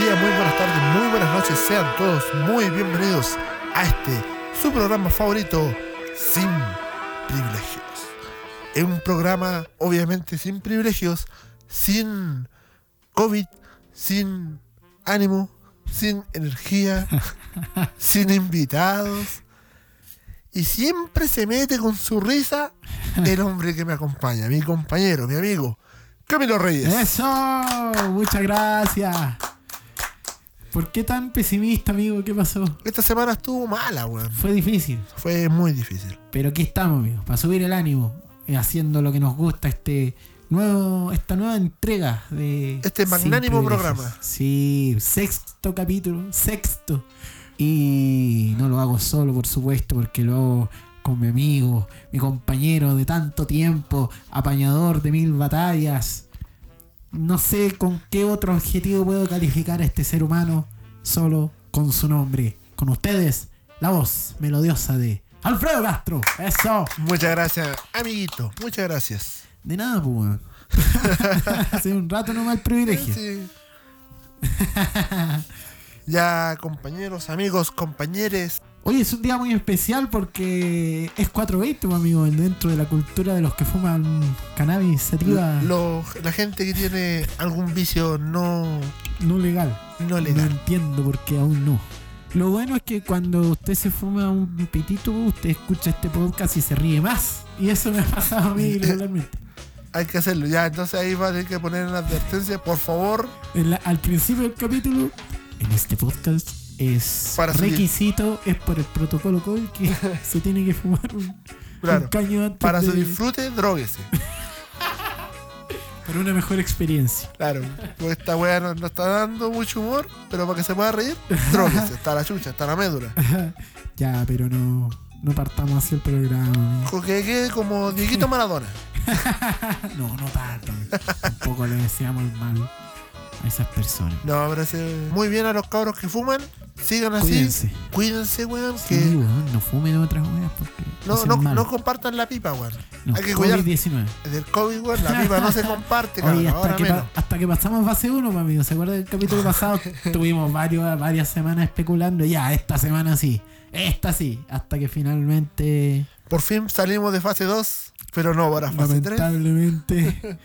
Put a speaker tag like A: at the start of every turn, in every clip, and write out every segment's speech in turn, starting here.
A: días, muy buenas tardes, muy buenas noches. Sean todos muy bienvenidos a este su programa favorito, Sin Privilegios. Es un programa, obviamente, sin privilegios, sin COVID, sin ánimo, sin energía, sin invitados. Y siempre se mete con su risa el hombre que me acompaña, mi compañero, mi amigo, Camilo Reyes.
B: Eso, muchas gracias. ¿Por qué tan pesimista, amigo? ¿Qué pasó?
A: Esta semana estuvo mala, weón.
B: Fue difícil,
A: Fue muy difícil.
B: pero aquí estamos, amigo, para subir el ánimo, eh, haciendo lo que nos gusta este nuevo, esta nueva entrega de
A: Este
B: Sin
A: magnánimo
B: Privilegios.
A: programa.
B: Sí, sexto capítulo, sexto. Y no lo hago solo, por supuesto, porque lo hago con mi amigo, mi compañero de tanto tiempo, apañador de mil batallas. No sé con qué otro objetivo puedo calificar a este ser humano, solo con su nombre. Con ustedes, la voz melodiosa de Alfredo Castro. Eso.
A: Muchas gracias, amiguito. Muchas gracias.
B: De nada, pues, weón. Hace un rato nomás el privilegio.
A: Sí. ya, compañeros, amigos, compañeres.
B: Hoy es un día muy especial porque es 420, pues, amigo, dentro de la cultura de los que fuman cannabis sativa
A: lo- la gente que tiene algún vicio no,
B: no legal.
A: no
B: No
A: legal.
B: entiendo por qué aún no. Lo bueno es que cuando usted se fuma un pitito, usted escucha este podcast y se ríe más. Y eso me ha pasado a mí regularmente.
A: Hay que hacerlo. Ya, entonces ahí va a tener que poner una advertencia. Por favor,
B: En la- al principio del capítulo, en este podcast, es
A: Para salir.
B: requisito, es por el protocolo COVID que se tiene que fumar un, un
A: Claro,
B: caño antes
A: para
B: de-
A: su disfrute, droguese.
B: para una mejor experiencia.
A: Claro, porque esta weá no, no está dando mucho humor, pero para que se pueda reír, droguese. Está la chucha, está la médula.
B: ya, pero no, no partamos hacia el programa. amigo. Ah,
A: Que quede como Dieguito Maradona.
B: No, no tanto. Tampoco le deseamos el mal a esas personas.
A: No, pero sí, muy bien a los cabros que fuman. Sigan así.
B: Cuídense.
A: Cuídense, weón. Que
B: Sí, weón, no fumen otras weas porque
A: no,
B: hacen
A: no,
B: mal.
A: no compartan la pipa, weón.
B: No,
A: hay que cuidar.
B: COVID-19.
A: Del COVID, weón, la pipa no se comparte,
B: Oye,
A: cabrón.
B: hasta,
A: Ahora
B: que pa-
A: menos.
B: hasta que pasamos fase 1, amigo. ¿Se acuerdan del capítulo pasado? Tuvimos varios, varias semanas especulando. Ya, esta semana sí. Esta sí. Hasta que finalmente,
A: Por fin salimos de fase 2, pero no para fase 3.
B: lamentablemente.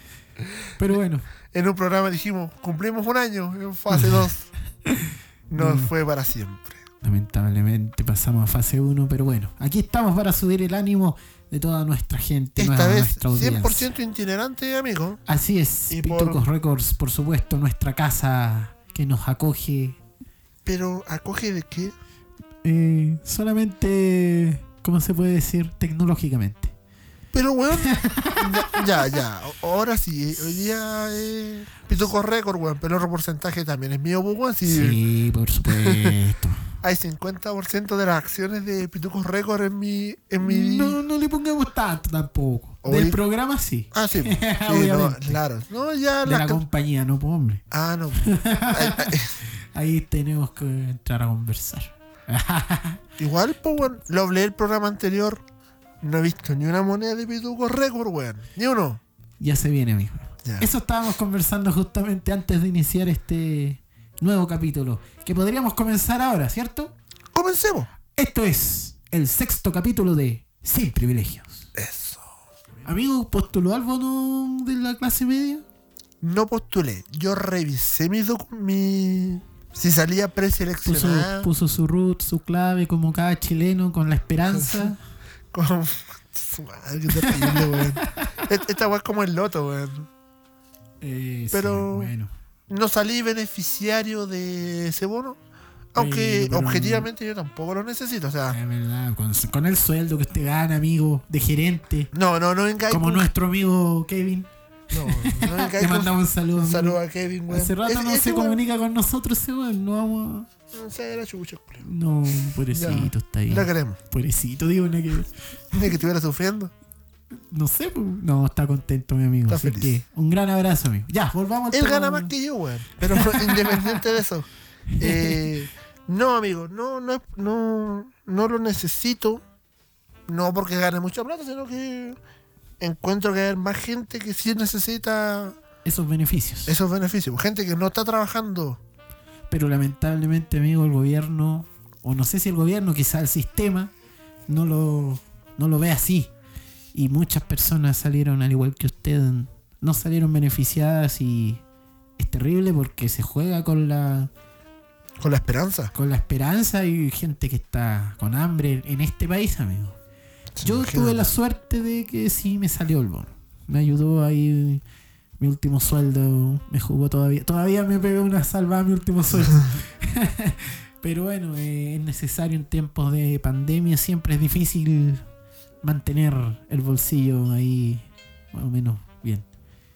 B: pero bueno,
A: En un programa dijimos, cumplimos un año en fase 2. No
B: Mm.
A: fue para siempre.
B: lamentablemente pasamos a fase 1. Pero bueno, aquí estamos para subir el ánimo de toda nuestra gente.
A: Esta
B: nueva,
A: vez
B: nuestra audiencia.
A: 100% itinerante, amigo.
B: Así es,
A: Y por-
B: Pitucos Records, por supuesto, nuestra casa que nos acoge
A: Pero acoge de qué?
B: eh, solamente, ¿cómo se puede decir? Tecnológicamente.
A: Pero weón, ya, ya, ya. O- Ahora sí, hoy día eh, Pituco récord, weón, pero otro porcentaje también es mío, pues, weón. Si
B: Sí, por supuesto.
A: hay 50% de las acciones de Pituco récord en mi. En mi...
B: no, no le pongamos tanto tampoco.
A: Hoy-
B: Del programa sí.
A: Ah, sí. sí, no,
B: Obviamente.
A: claro. No, ya
B: De
A: las
B: la
A: ca-
B: compañía, no, pues, hombre.
A: Ah, no. Ay, eh, ay,
B: Ahí tenemos que entrar a conversar.
A: Igual, pues, weón. Lo hablé el programa anterior. No he visto ni una moneda de Pituco récord, weón. Ni uno.
B: ya se viene, amigo.
A: Ya.
B: Eso estábamos conversando justamente antes de iniciar este nuevo capítulo. Que podríamos comenzar ahora, ¿cierto?
A: Comencemos.
B: Esto es el sexto capítulo de Sin Privilegios.
A: Eso.
B: Amigo, ¿postuló al bono de la clase media?
A: No postulé. Yo revisé mi. docu- mi... Si salía
B: Puso,
A: preseleccionada.
B: puso su root, su clave, como cada chileno, con la esperanza.
A: Como... Su madre, qué terrible, weón. Est- Esta weá es como el loto, weón.
B: Eh, sí,
A: Pero-
B: bueno.
A: No salí beneficiario de ese bono. Aunque
B: Bueno, pero-
A: objetivamente yo tampoco lo necesito. O sea,
B: Es verdad, con, con el sueldo que usted gana, amigo, de gerente,
A: no, no, no vengáis.
B: como
A: con-
B: nuestro amigo Kevin.
A: No, no vengáis.
B: Le
A: con-
B: mandamos un saludo.
A: pues. Un
B: amigo.
A: saludo a Kevin, weón.
B: Hace rato
A: Ese-
B: no
A: ese
B: se
A: weón-
B: comunica con nosotros ese weón, no vamos a...
A: No sé, era chucho, culiao.
B: No, pobrecito, está bien.
A: La queremos.
B: Pobrecito, digo, no, que...
A: Ni que estuviera sufriendo.
B: no sé, pues. no, está contento mi amigo.
A: Está
B: así
A: feliz.
B: que un gran abrazo, amigo. Ya, volvamos al
A: Él
B: tema,
A: gana más
B: weón.
A: que yo, weón. Pero independiente de eso. eh, no, amigo, no, no, es- no, no lo necesito. No porque gane mucha plata, sino que encuentro que hay más gente que sí necesita
B: Esos beneficios.
A: esos beneficios. Gente que no está trabajando
B: pero lamentablemente, amigo, el gobierno, o no sé si el gobierno, quizá el sistema, no lo, no lo ve así. Y muchas personas salieron, al igual que usted, no salieron beneficiadas y es terrible porque se juega con la,
A: Con la esperanza.
B: con la esperanza y gente que está con hambre en este país, amigo.
A: Sí,
B: Yo
A: imagínate.
B: tuve la suerte de que sí me salió el bono. Me ayudó ahí mi último sueldo. Me jugó todavía. Todavía me pegó una salvada mi último sueldo. Pero bueno, eh, es necesario en tiempos de pandemia. Siempre es difícil mantener el bolsillo ahí más o menos bien.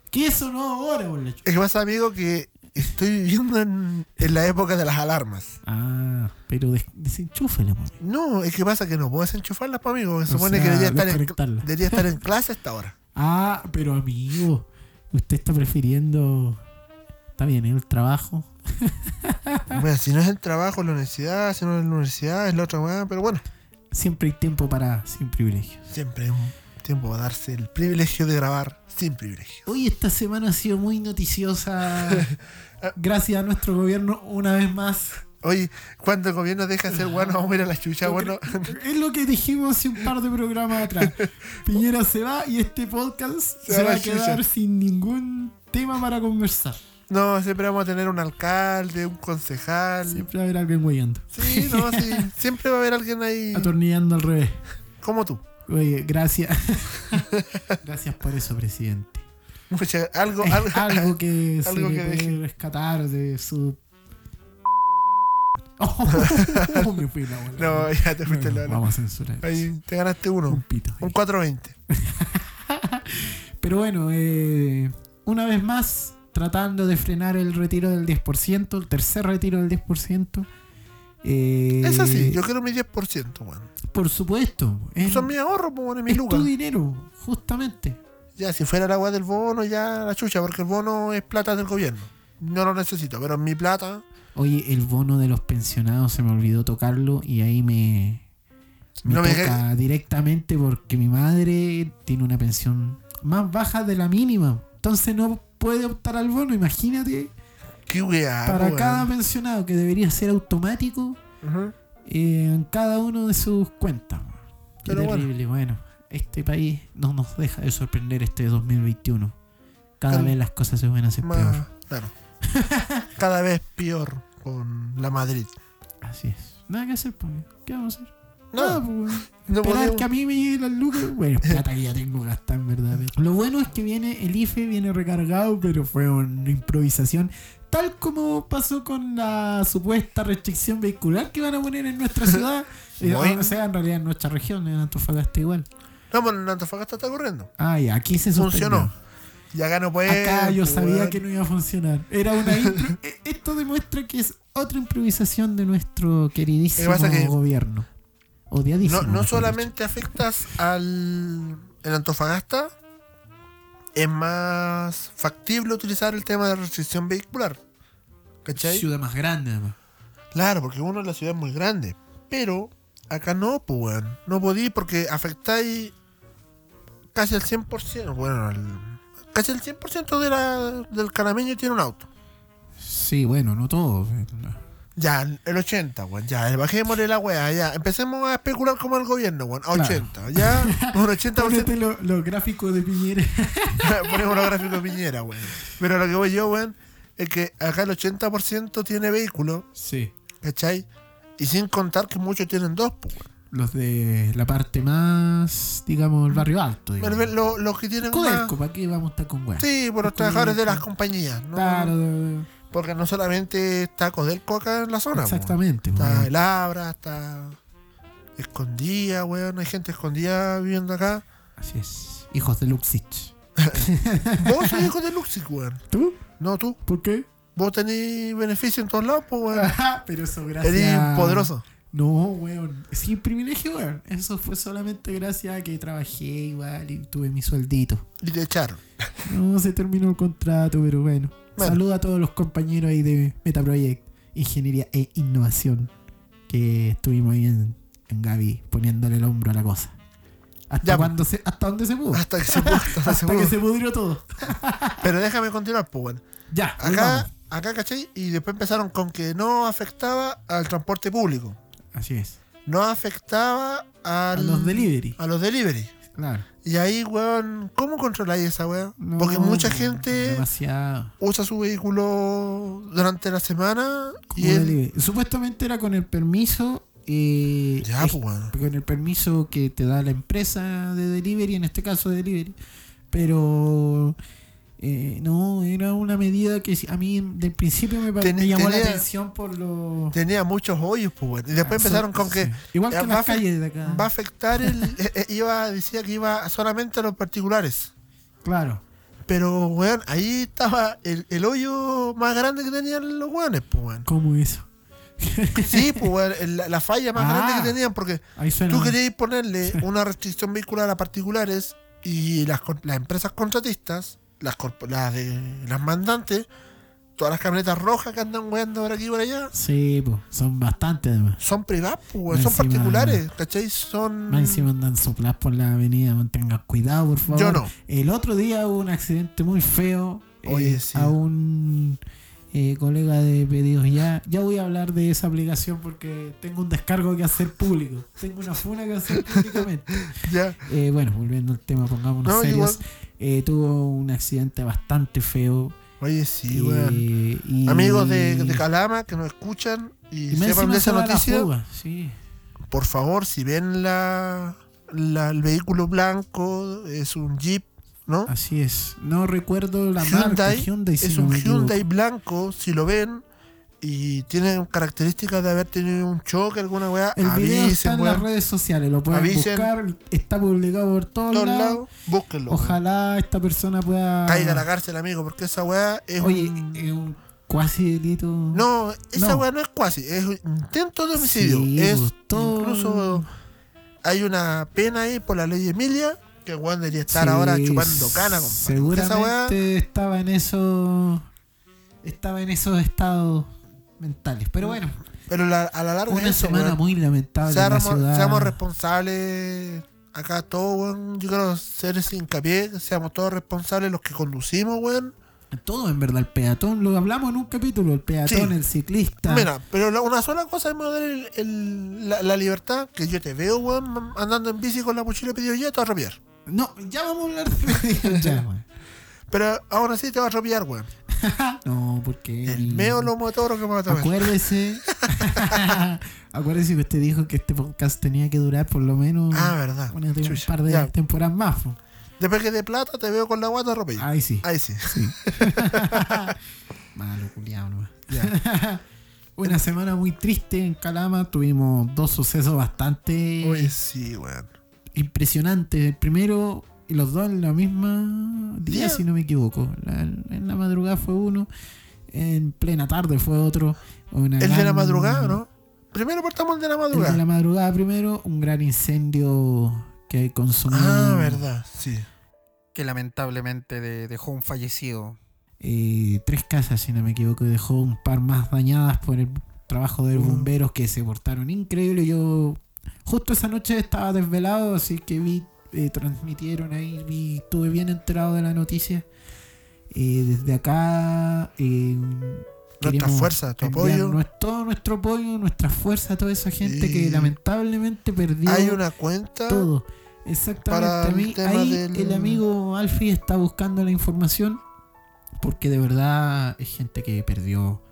B: ¿Qué eso no ahora, bolacho?
A: Es que pasa, amigo, que estoy viviendo en, en la época de las alarmas.
B: Ah, pero des desenchúfela, po.
A: No, es que pasa que no puedo desenchufarlas, pa, amigo. Se
B: O
A: supone que
B: sea,
A: debería estar, en,
B: desconectarla.
A: debería estar en clase hasta ahora.
B: Ah, pero amigo, usted está prefiriendo. Está bien, ¿eh? el trabajo.
A: Bueno, si no es el trabajo, la universidad, si no es la universidad, es la otra más. Pero bueno,
B: Siempre hay tiempo para sin privilegios.
A: siempre hay un tiempo para darse el privilegio de grabar sin privilegio.
B: Hoy esta semana ha sido muy noticiosa. gracias a nuestro gobierno una vez más.
A: Oye, cuando el gobierno deja de ser bueno, vamos a ir a la chucha,
B: Yo
A: bueno.
B: creo- Es lo que dijimos hace un par de programas atrás. Piñera se va y este podcast
A: Se
B: se,
A: va
B: va
A: la
B: a quedar
A: chucha.
B: sin ningún tema para conversar.
A: No, siempre vamos a tener un alcalde, un concejal.
B: Siempre va a haber alguien huellando.
A: Sí, no, sí. Siempre va a haber alguien ahí
B: Atornillando al revés.
A: como tú.
B: Oye, gracias. gracias por eso, presidente.
A: Mucha- algo,
B: Es
A: algo,
B: algo que se
A: algo
B: le
A: que
B: puede
A: deje.
B: rescatar de su. Oh, me fui la bola.
A: No, ya te
B: No,
A: fuiste
B: no,
A: la
B: Vamos a censurar. eso.
A: Ahí te ganaste
B: Un
A: uno.
B: pito.
A: Un 420.
B: Pero bueno, eh, una vez más, tratando de frenar el retiro del 10%, el tercer retiro del 10%. Eh, eh,
A: Es así, yo quiero mi 10%, weón.
B: Por supuesto. Es,
A: Son mis ahorros, pues, weón, y mis
B: es
A: lucas.
B: tu dinero, justamente.
A: Ya, si fuera la agua del bono, ya la chucha, porque el bono es plata del gobierno. No lo necesito, pero es mi plata.
B: Oye, el bono de los pensionados se me olvidó tocarlo y ahí me, me
A: No me
B: toca directamente porque mi madre tiene una pensión más baja de la mínima. Entonces no puede optar al bono, imagínate.
A: Qué weá,
B: para
A: po,
B: cada
A: weón.
B: pensionado que debería ser automático
A: Ujú.
B: eh, en cada uno de sus cuentas. Qué
A: Pero bueno.
B: terrible. Bueno. este país no nos deja de sorprender este 2021. Cada
A: Cal-
B: vez las cosas se van a hacer peor.
A: Más- claro. cada vez peor con la Madrid.
B: Así es. Nada que hacer, pues. ¿Qué vamos a hacer?
A: No,
B: Nada, pues, weón.
A: no
B: Esperar
A: podemos.
B: que a mí me lleguen las lucas. Bueno, plata que ya tengo gastada, en verdad. pero- Lo bueno es que viene el IFE, viene recargado, pero fue una improvisación. Tal como pasó con la supuesta restricción vehicular que van a poner en nuestra ciudad. Eh,
A: Bueno.
B: O sea, en realidad en nuestra región, en Antofagasta igual.
A: No, bueno, en Antofagasta está corriendo.
B: Ah, ya, aquí se suspendió.
A: Funcionó. Eh, Y acá no puede.
B: Acá yo
A: po,
B: sabía
A: pues, weón.
B: que no iba a funcionar. Era una impro- eh, Esto demuestra que es otra improvisación de nuestro queridísimo
A: Lo que pasa que-
B: gobierno.
A: No,
B: Odiadísimo.
A: no
B: mejor dicho.
A: solamente afectas al. En Antofagasta es más factible utilizar el tema de restricción vehicular. ¿Cachai?
B: Ciudad más grande, además.
A: Claro, porque uno en la ciudad es muy grande. Pero acá no, pues, weón. No podí porque afectáis casi el 100%. Bueno, al- casi el 100% de la, del canameño tiene un auto.
B: Sí, bueno, no todo.
A: Ya, el 80, weón. Ya, eh, bajémosle la weá. Ya, empecemos a especular como el gobierno, weón. A
B: Claro.
A: 80. Ya, un 80%.
B: Ponete lo- los gráficos de Piñera.
A: Ponemos los gráficos de Piñera, weón. Pero lo que voy yo, weón, es que acá el 80% tiene vehículo,
B: Sí.
A: ¿cachai? Y sin contar que muchos tienen dos, pues, weón.
B: Los de la parte más, digamos, el barrio alto.
A: Pero
B: digamos.
A: ve- lo- los que tienen más...
B: Codelco, ¿para qué vamos a estar con weas?
A: Sí, por los
B: Codelco.
A: trabajadores de las compañías, ¿no?
B: Claro, eh, de-
A: Porque no solamente está Codelco acá en la zona, weón.
B: exactamente.
A: Está
B: weón.
A: El Abra, está... Escondida, weón. Hay gente escondida viviendo acá.
B: Así es. Hijos de Luxich.
A: Vos sos hijo de Luxic, weón.
B: ¿Tú?
A: No tú.
B: ¿Por qué?
A: Vos tenés beneficio en todos lados, pues, weón.
B: Ajá, pero eso gracias.
A: Eres poderoso.
B: No, weón. Sin privilegio, weón. Eso fue solamente gracias a que trabajé igual y tuve mi sueldito.
A: Y te echaron.
B: No, se terminó el contrato, pero bueno.
A: Bueno.
B: Saludo a todos los compañeros ahí de Metaproject, Ingeniería e Innovación, que estuvimos ahí en, en Gaby poniéndole el hombro a la cosa. ¿Hasta,
A: Ya,
B: cuándo se, hasta dónde se pudo? Hasta,
A: Hasta que se pudo, hasta se
B: que
A: pudo.
B: se pudrió todo.
A: Pero déjame continuar, pues, weón.
B: Ya,
A: Acá acá, ¿cachai? Y después empezaron con que no afectaba al transporte público,
B: Así es.
A: no afectaba al-
B: A los delivery.
A: a los delivery.
B: Claro.
A: Y ahí, weón, ¿cómo controláis esa weón?
B: No,
A: Porque mucha gente
B: Demasiado.
A: usa su vehículo durante la semana
B: Como
A: y él...
B: delivery. Supuestamente era con el permiso. eh,
A: Ya,
B: ex-
A: pues, weón.
B: con el permiso que te da la empresa de delivery, en este caso de delivery. Pero eh, no, era una medida que si- a mí del principio me, pa-
A: Ten-
B: me llamó la
A: tenía-
B: atención por los...
A: Tenía muchos hoyos, pues, weón. Y después
B: Ah,
A: empezaron
B: sí,
A: con
B: sí.
A: que
B: Igual
A: eh,
B: que
A: va a
B: las
A: afect-
B: calles de acá.
A: va a afectar el... eh, eh, iba, decía que iba solamente a los particulares.
B: Claro.
A: Pero, weón, ahí estaba el, el hoyo más grande que tenían los weones, pues, weón.
B: ¿Cómo eso?
A: Sí, pues, weón, el- la, la falla más
B: Ah.
A: grande que tenían, porque
B: Ahí suena.
A: tú querías ponerle una restricción vehicular a particulares y las, con- las empresas contratistas, las, corpo- las, de, las mandantes, todas las camionetas rojas que andan weando por aquí y por allá,
B: Sí, po, son bastantes además.
A: son privadas, pues, weón,
B: Más
A: son
B: encima-
A: particulares, ¿cachai? Son...
B: Más encima andan sopladas por la avenida, mantengan cuidado, por favor.
A: Yo no.
B: El otro día hubo un accidente muy feo eh,
A: Oye, sí.
B: a un eh, colega de pedidos ya. Ya voy a hablar de esa aplicación porque tengo un descargo que hacer público. Tengo una funa que hacer públicamente.
A: Ya,
B: Eh, bueno, volviendo al tema, pongámonos
A: No,
B: serios. Eh, tuvo un accidente bastante feo.
A: oye, sí,
B: eh,
A: weón.
B: y-
A: Amigos de, de Calama que nos escuchan y,
B: y más
A: sepan
B: encima
A: de
B: se
A: esa
B: va a la
A: noticia.
B: fuga, sí.
A: por favor, si ven la, la- el vehículo blanco, es un Jeep, ¿no?
B: Así es. No recuerdo la marca
A: Hyundai,
B: Hyundai. si
A: es
B: no
A: un
B: me equivoco.
A: Hyundai blanco, si lo ven, y tienen características de haber tenido un choque, alguna weá,
B: El video está
A: avisen,
B: en
A: weón,
B: las redes sociales, lo pueden
A: Avisen.
B: buscar, está publicado por todos,
A: todos
B: lados.
A: lados, búsquenlo. weón.
B: Ojalá esta persona pueda
A: Caiga a la cárcel, amigo, porque esa weá es
B: Oye,
A: un-
B: es un cuasi delito.
A: No, esa
B: no.
A: weá no es cuasi, es un intento de homicidio.
B: Sí,
A: es
B: pues, todo-
A: incluso hay una pena ahí por la ley Emilia, que el weón debería estar
B: Sí,
A: ahora chupando cana, compadre. Porque esa weá-
B: Seguramente estaba en eso estaba en esos estados mentales, pero bueno,
A: Pero la- a la larga
B: una
A: es eso,
B: semana
A: weón.
B: muy lamentable en la
A: seamos,
B: ciudad.
A: seamos responsables. Acá todos, weón. Yo quiero hacer ese hincapié. que Seamos todos responsables los que conducimos, weón.
B: Todo en verdad, el peatón, lo hablamos en un capítulo, el peatón,
A: Sí.
B: el ciclista.
A: Mira, pero la- una sola cosa es me va a dar el- el- la, la libertad. Que yo te veo, weón, andando en bici con la mochila pedido ya, te vas a arropiar.
B: No, ya vamos a hablar de ya, weón.
A: Pero aún así te vas a arropiar, weón.
B: No, porque.
A: El meo lo mató lo que mató. weón.
B: Acuérdese. acuérdese que usted dijo que este podcast tenía que durar por lo menos
A: Ah, verdad.
B: una- un
A: Chucha,
B: par de
A: ya.
B: temporadas más. po.
A: Después que de plata te veo con la guata arropillado.
B: Ahí sí.
A: Ahí sí.
B: Malo, culiao, nomás.
A: Ya.
B: Una semana muy triste en Calama. Tuvimos dos sucesos bastante
A: Oye, sí, weón.
B: impresionantes. El primero y los dos en la misma día,
A: Día.
B: si no me equivoco. La- en la madrugada fue uno. En plena tarde fue otro. Una
A: El de la
B: gran-
A: madrugada, ¿no? Primero partamos el de la
B: El
A: madrugada.
B: de la madrugada primero, un gran incendio que consumió.
A: Ah, verdad, sí.
C: que lamentablemente de- dejó un fallecido.
B: eh, tres casas, si no me equivoco, y dejó un par más dañadas por el trabajo de los
A: Mm.
B: bomberos que se portaron increíble. Yo justo esa noche estaba desvelado, así que vi, eh, transmitieron ahí, vi, estuve bien enterado de la noticia. Eh, desde acá, eh,
A: Nuestra
B: queremos
A: fuerza, tu
B: enviar
A: apoyo.
B: nues- todo nuestro apoyo, nuestra fuerza a toda esa gente que
A: Y-
B: lamentablemente perdió
A: Hay una cuenta.
B: todo. Exactamente.
A: para
B: A
A: el
B: mí-
A: tema
B: ahí
A: del-
B: el amigo Alfie está buscando la información porque de verdad es gente que perdió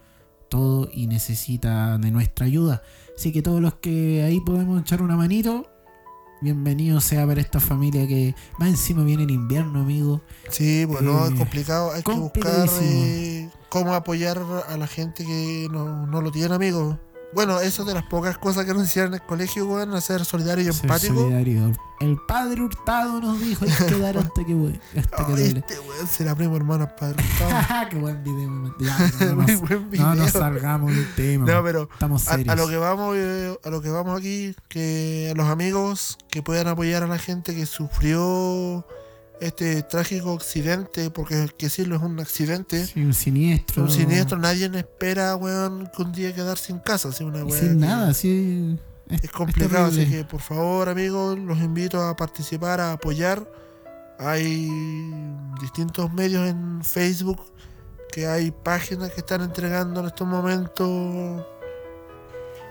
B: todo y necesita de nuestra ayuda. Así que todos los que ahí podemos echar una manito, bienvenido sea para esta familia que más encima viene el invierno, amigo.
A: Sí, bueno,
B: Eh,
A: es complicado. Hay que buscar
B: complicadísimo.
A: eh, cómo apoyar a la gente que no, no lo tiene, amigo. Bueno, eso de las pocas cosas que nos hicieron en el colegio, weón, a ser solidario y
B: Ser
A: empático.
B: solidario. El padre Hurtado nos dijo, hay que dar hasta que hue- hasta que duele".
A: Oíste, Ah, este weón, se la primo hermano al padre. Gustavo.
B: Qué buen video me mandé. Ya, no,
A: Muy
B: nos-
A: buen video.
B: no nos salgamos del tema.
A: No, pero
B: Estamos
A: a,
B: serios.
A: a lo que vamos, eh, a lo que vamos aquí, que a los amigos que puedan apoyar a la gente que sufrió este trágico accidente, porque hay que decirlo es un accidente.
B: Sí, un siniestro.
A: Un siniestro, nadie espera, weón, que un día quedar sin casa, así una
B: Y
A: weá
B: sin
A: que
B: nada, sí.
A: Es complicado, así
B: terrible.
A: que por favor, amigos, los invito a participar, a apoyar. Hay distintos medios en Facebook que hay páginas que están entregando en estos momentos,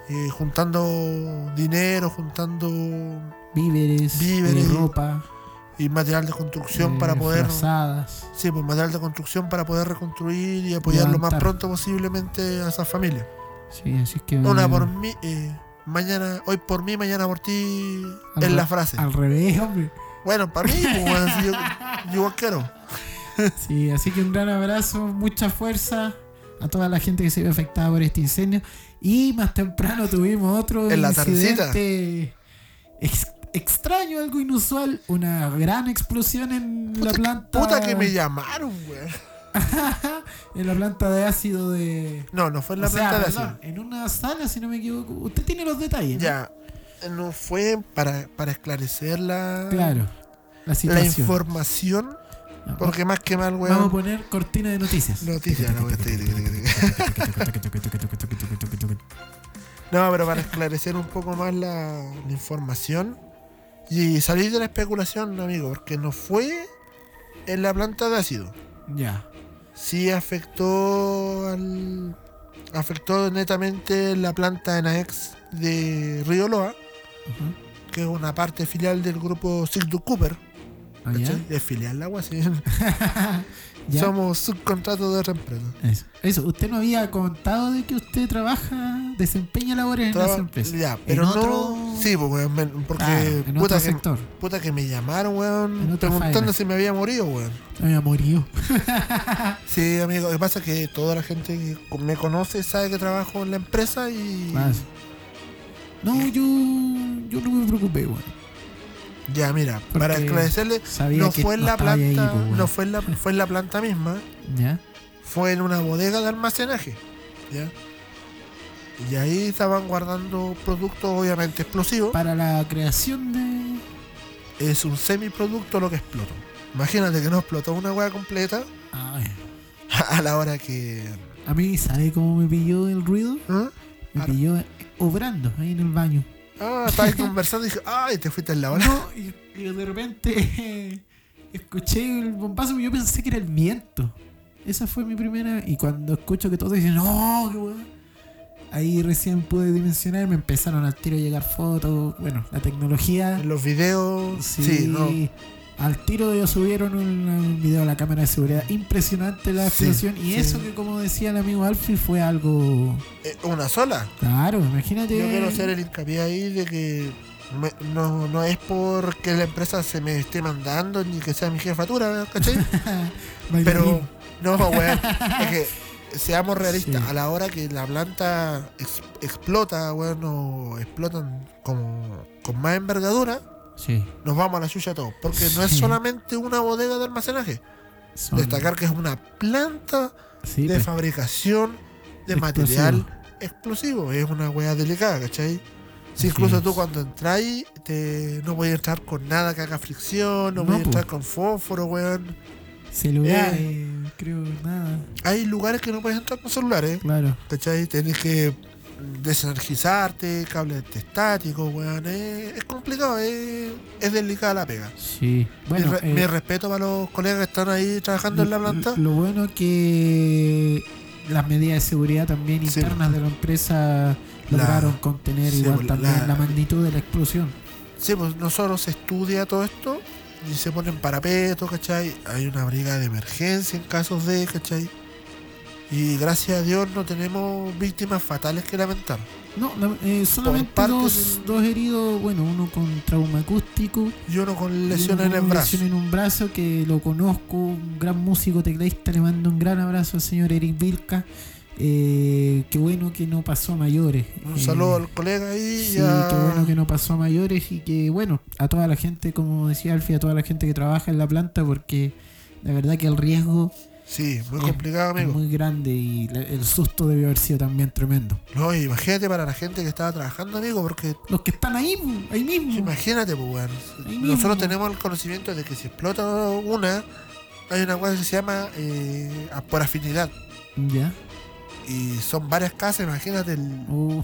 A: eh, juntando dinero, juntando
B: Víveres,
A: Víveres,
B: eh, ropa,
A: y material de construcción
B: eh,
A: para poder...
B: frazadas.
A: Sí, pues material de construcción para poder reconstruir y apoyar lo más
B: Levantar.
A: pronto posiblemente a esas familias.
B: Sí, así es que.
A: Una
B: eh,
A: por mí, eh, mañana, hoy por mí, mañana por ti,
B: Al
A: es la
B: re-
A: frase.
B: Al revés, hombre.
A: Bueno, para mí, pues, weón, si yo, yo igual quiero.
B: Sí, así que un gran abrazo, mucha fuerza a toda la gente que se vio afectada por este incendio. Y más temprano tuvimos otro
A: En la
B: incidente ex- extraño, algo inusual, una gran explosión en la
A: Puta,
B: planta.
A: puta que me llamaron, weón.
B: En la planta de ácido de.
A: No, no fue en la
B: o sea,
A: planta de
B: perdón,
A: ácido.
B: En una sala, si no me equivoco. Usted tiene los detalles. ¿no?
A: Ya, no fue para, para esclarecer la,
B: Claro. La
A: la
B: situación.
A: información,
B: Vamos-
A: porque más que mal,
B: Vamos a
A: weón,
B: poner cortina de noticias.
A: noticias. No, weón. No, pero para esclarecer un poco más la, la información y salir de la especulación, amigo, porque no fue en la planta de ácido.
B: ya.
A: Sí afectó al, afectó netamente la planta de Naex de Río Loa,
B: Ujú.
A: que es una parte filial del grupo Sigdu Cooper.
B: Ah, ya.
A: ¿cachai? Es filial la agua, sí.
B: Ya.
A: Somos subcontratos de otra empresa.
B: Eso. Eso, usted no había contado de que usted trabaja, desempeña labores en
A: Traba-
B: esa empresa.
A: ya, pero
B: en
A: no.
B: otro-
A: Sí, pues, weón, men- porque
B: Claro, en
A: puta
B: otro
A: que-
B: sector.
A: Puta que me llamaron,
B: En
A: weón,
B: otra
A: preguntando
B: faena.
A: si me había morido, weón.
B: Me había morido.
A: Sí, amigo, lo que pasa es que toda la gente que me conoce sabe que trabajo en la empresa y...
B: Más. No,
A: Eh.
B: yo, yo no me preocupé, weón.
A: Ya, mira,
B: Porque
A: para esclarecerle,
B: Sabía
A: no
B: que
A: fue en la
B: estaba
A: planta,
B: ahí, pues, weón.
A: no fue en la, fue en la planta misma,
B: Ya,
A: fue en una bodega de almacenaje, ¿ya? Y ahí estaban guardando productos obviamente explosivos.
B: Para la creación de.
A: Es un semiproducto lo que explotó. Imagínate que no explotó una hueá completa
B: Ay,
A: a la hora que...
B: a mí, ¿sabe cómo me pilló el ruido?
A: ¿Ah?
B: Me
A: Ah.
B: pilló eh, obrando ahí en el baño.
A: Ah, estaba ahí conversando y dije, ay, te fuiste en la ola.
B: No, y, y de repente escuché el bombazo y yo pensé que era el viento. Esa fue mi primera. Y cuando escucho que todos dicen, no, qué weón", Ahí recién pude dimensionar, me empezaron al tiro a llegar fotos. Bueno, la tecnología.
A: En los videos.
B: Sí,
A: Sí, no.
B: Al tiro ellos subieron un, un video a la cámara de seguridad. Impresionante la
A: Sí,
B: explosión. y
A: sí.
B: eso que, como decía el amigo Alfie, fue algo.
A: Eh, una sola.
B: Claro, imagínate.
A: Yo quiero hacer el hincapié ahí de que me- no, no es porque la empresa se me esté mandando ni que sea mi jefatura, ¿cachai? Pero
B: Ah, Bailarín.
A: no, weón. Es que seamos realistas.
B: Sí.
A: A la hora que la planta ex- explota, weón, o explotan como, con más envergadura,
B: Sí.
A: nos vamos a la suya todos. Porque no es
B: Sí.
A: solamente una bodega de almacenaje.
B: son-
A: Destacar que es una planta
B: sí,
A: de
B: pues.
A: fabricación de
B: Explosivo.
A: material explosivo. Es una wea delicada, ¿cachai? Si
B: Así
A: incluso tú
B: es.
A: cuando entras te, no podías entrar con nada que haga fricción, no,
B: No,
A: podías
B: po.
A: entrar con fósforo, weón. eh,
B: Celulares, eh, creo, nada.
A: Hay lugares que no puedes entrar con celulares,
B: Claro.
A: ¿cachai? Tenés que desenergizarte, cables estáticos, weón. Es, es complicado, es, es delicada la pega. Mi
B: Sí. Bueno,
A: re-
B: eh, mm,
A: mi respeto para los colegas que están ahí trabajando en la
B: lo-
A: planta.
B: Lo bueno que las medidas de seguridad también
A: Sí.
B: internas de la empresa
A: La-
B: lograron contener
A: sí,
B: igual
A: pues,
B: también
A: la-
B: la magnitud de la explosión.
A: Sí, pues no solo se estudia todo esto y se ponen parapetos, ¿cachai? Hay una brigada de emergencia en casos de, ¿cachai? Y gracias a Dios no tenemos víctimas fatales que lamentar.
B: No, la- eh, solamente
A: parte
B: dos,
A: del-
B: dos heridos, bueno, uno con trauma acústico,
A: Y uno con
B: y
A: lesiones en
B: uno
A: el
B: con
A: brazo.
B: lesión en un brazo que lo conozco, un gran músico tecladista, le mando un gran abrazo al señor Eric Vilca. Eh, qué bueno que no pasó a mayores.
A: Un
B: Eh,
A: saludo al colega ahí.
B: Sí,
A: y a-
B: qué bueno que no pasó a mayores y que bueno, a toda la gente, como decía Alfie, a toda la gente que trabaja en la planta, porque la verdad que el riesgo
A: Sí, muy
B: Eh,
A: complicado,
B: es
A: amigo.
B: muy grande y la- el susto debió haber sido también tremendo.
A: No, imagínate para la gente que estaba trabajando, amigo, porque
B: Los que están ahí, pu, ahí mismo.
A: imagínate, pues, weón.
B: Ahí mismo.
A: Nosotros tenemos el conocimiento de que si explota una, hay una cosa que se llama eh, por afinidad.
B: Ya.
A: Y son varias casas, imagínate el,
B: Uh.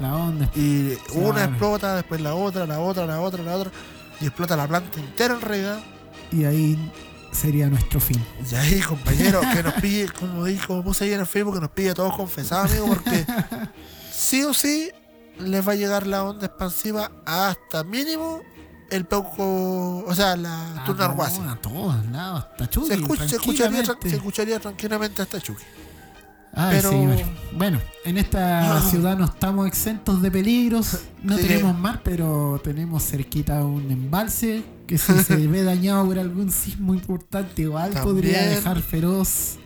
B: La onda.
A: Y una
B: Claro.
A: explota, después la otra, la otra, la otra, la otra. Y explota la planta entera en realidad.
B: Y ahí sería nuestro fin.
A: Y ahí, compañero, que nos pille, como, di- como puse ahí en el Facebook, que nos pille a todos confesados, amigo, porque sí o sí les va a llegar la onda expansiva hasta mínimo el Peuco, o sea, la Turna Arguace.
B: Ah, A todos lados, hasta Chucky.
A: Se, escucha- se escucharía, tran-
B: tranquilamente.
A: se escucharía tranquilamente hasta Chucky.
B: Ay,
A: pero-
B: señor. Bueno, en esta
A: Ah.
B: ciudad no estamos exentos de peligros. No
A: Sí.
B: tenemos mar, pero tenemos cerquita un embalse que si se ve dañado por algún sismo importante igual podría
A: También.
B: dejar feroz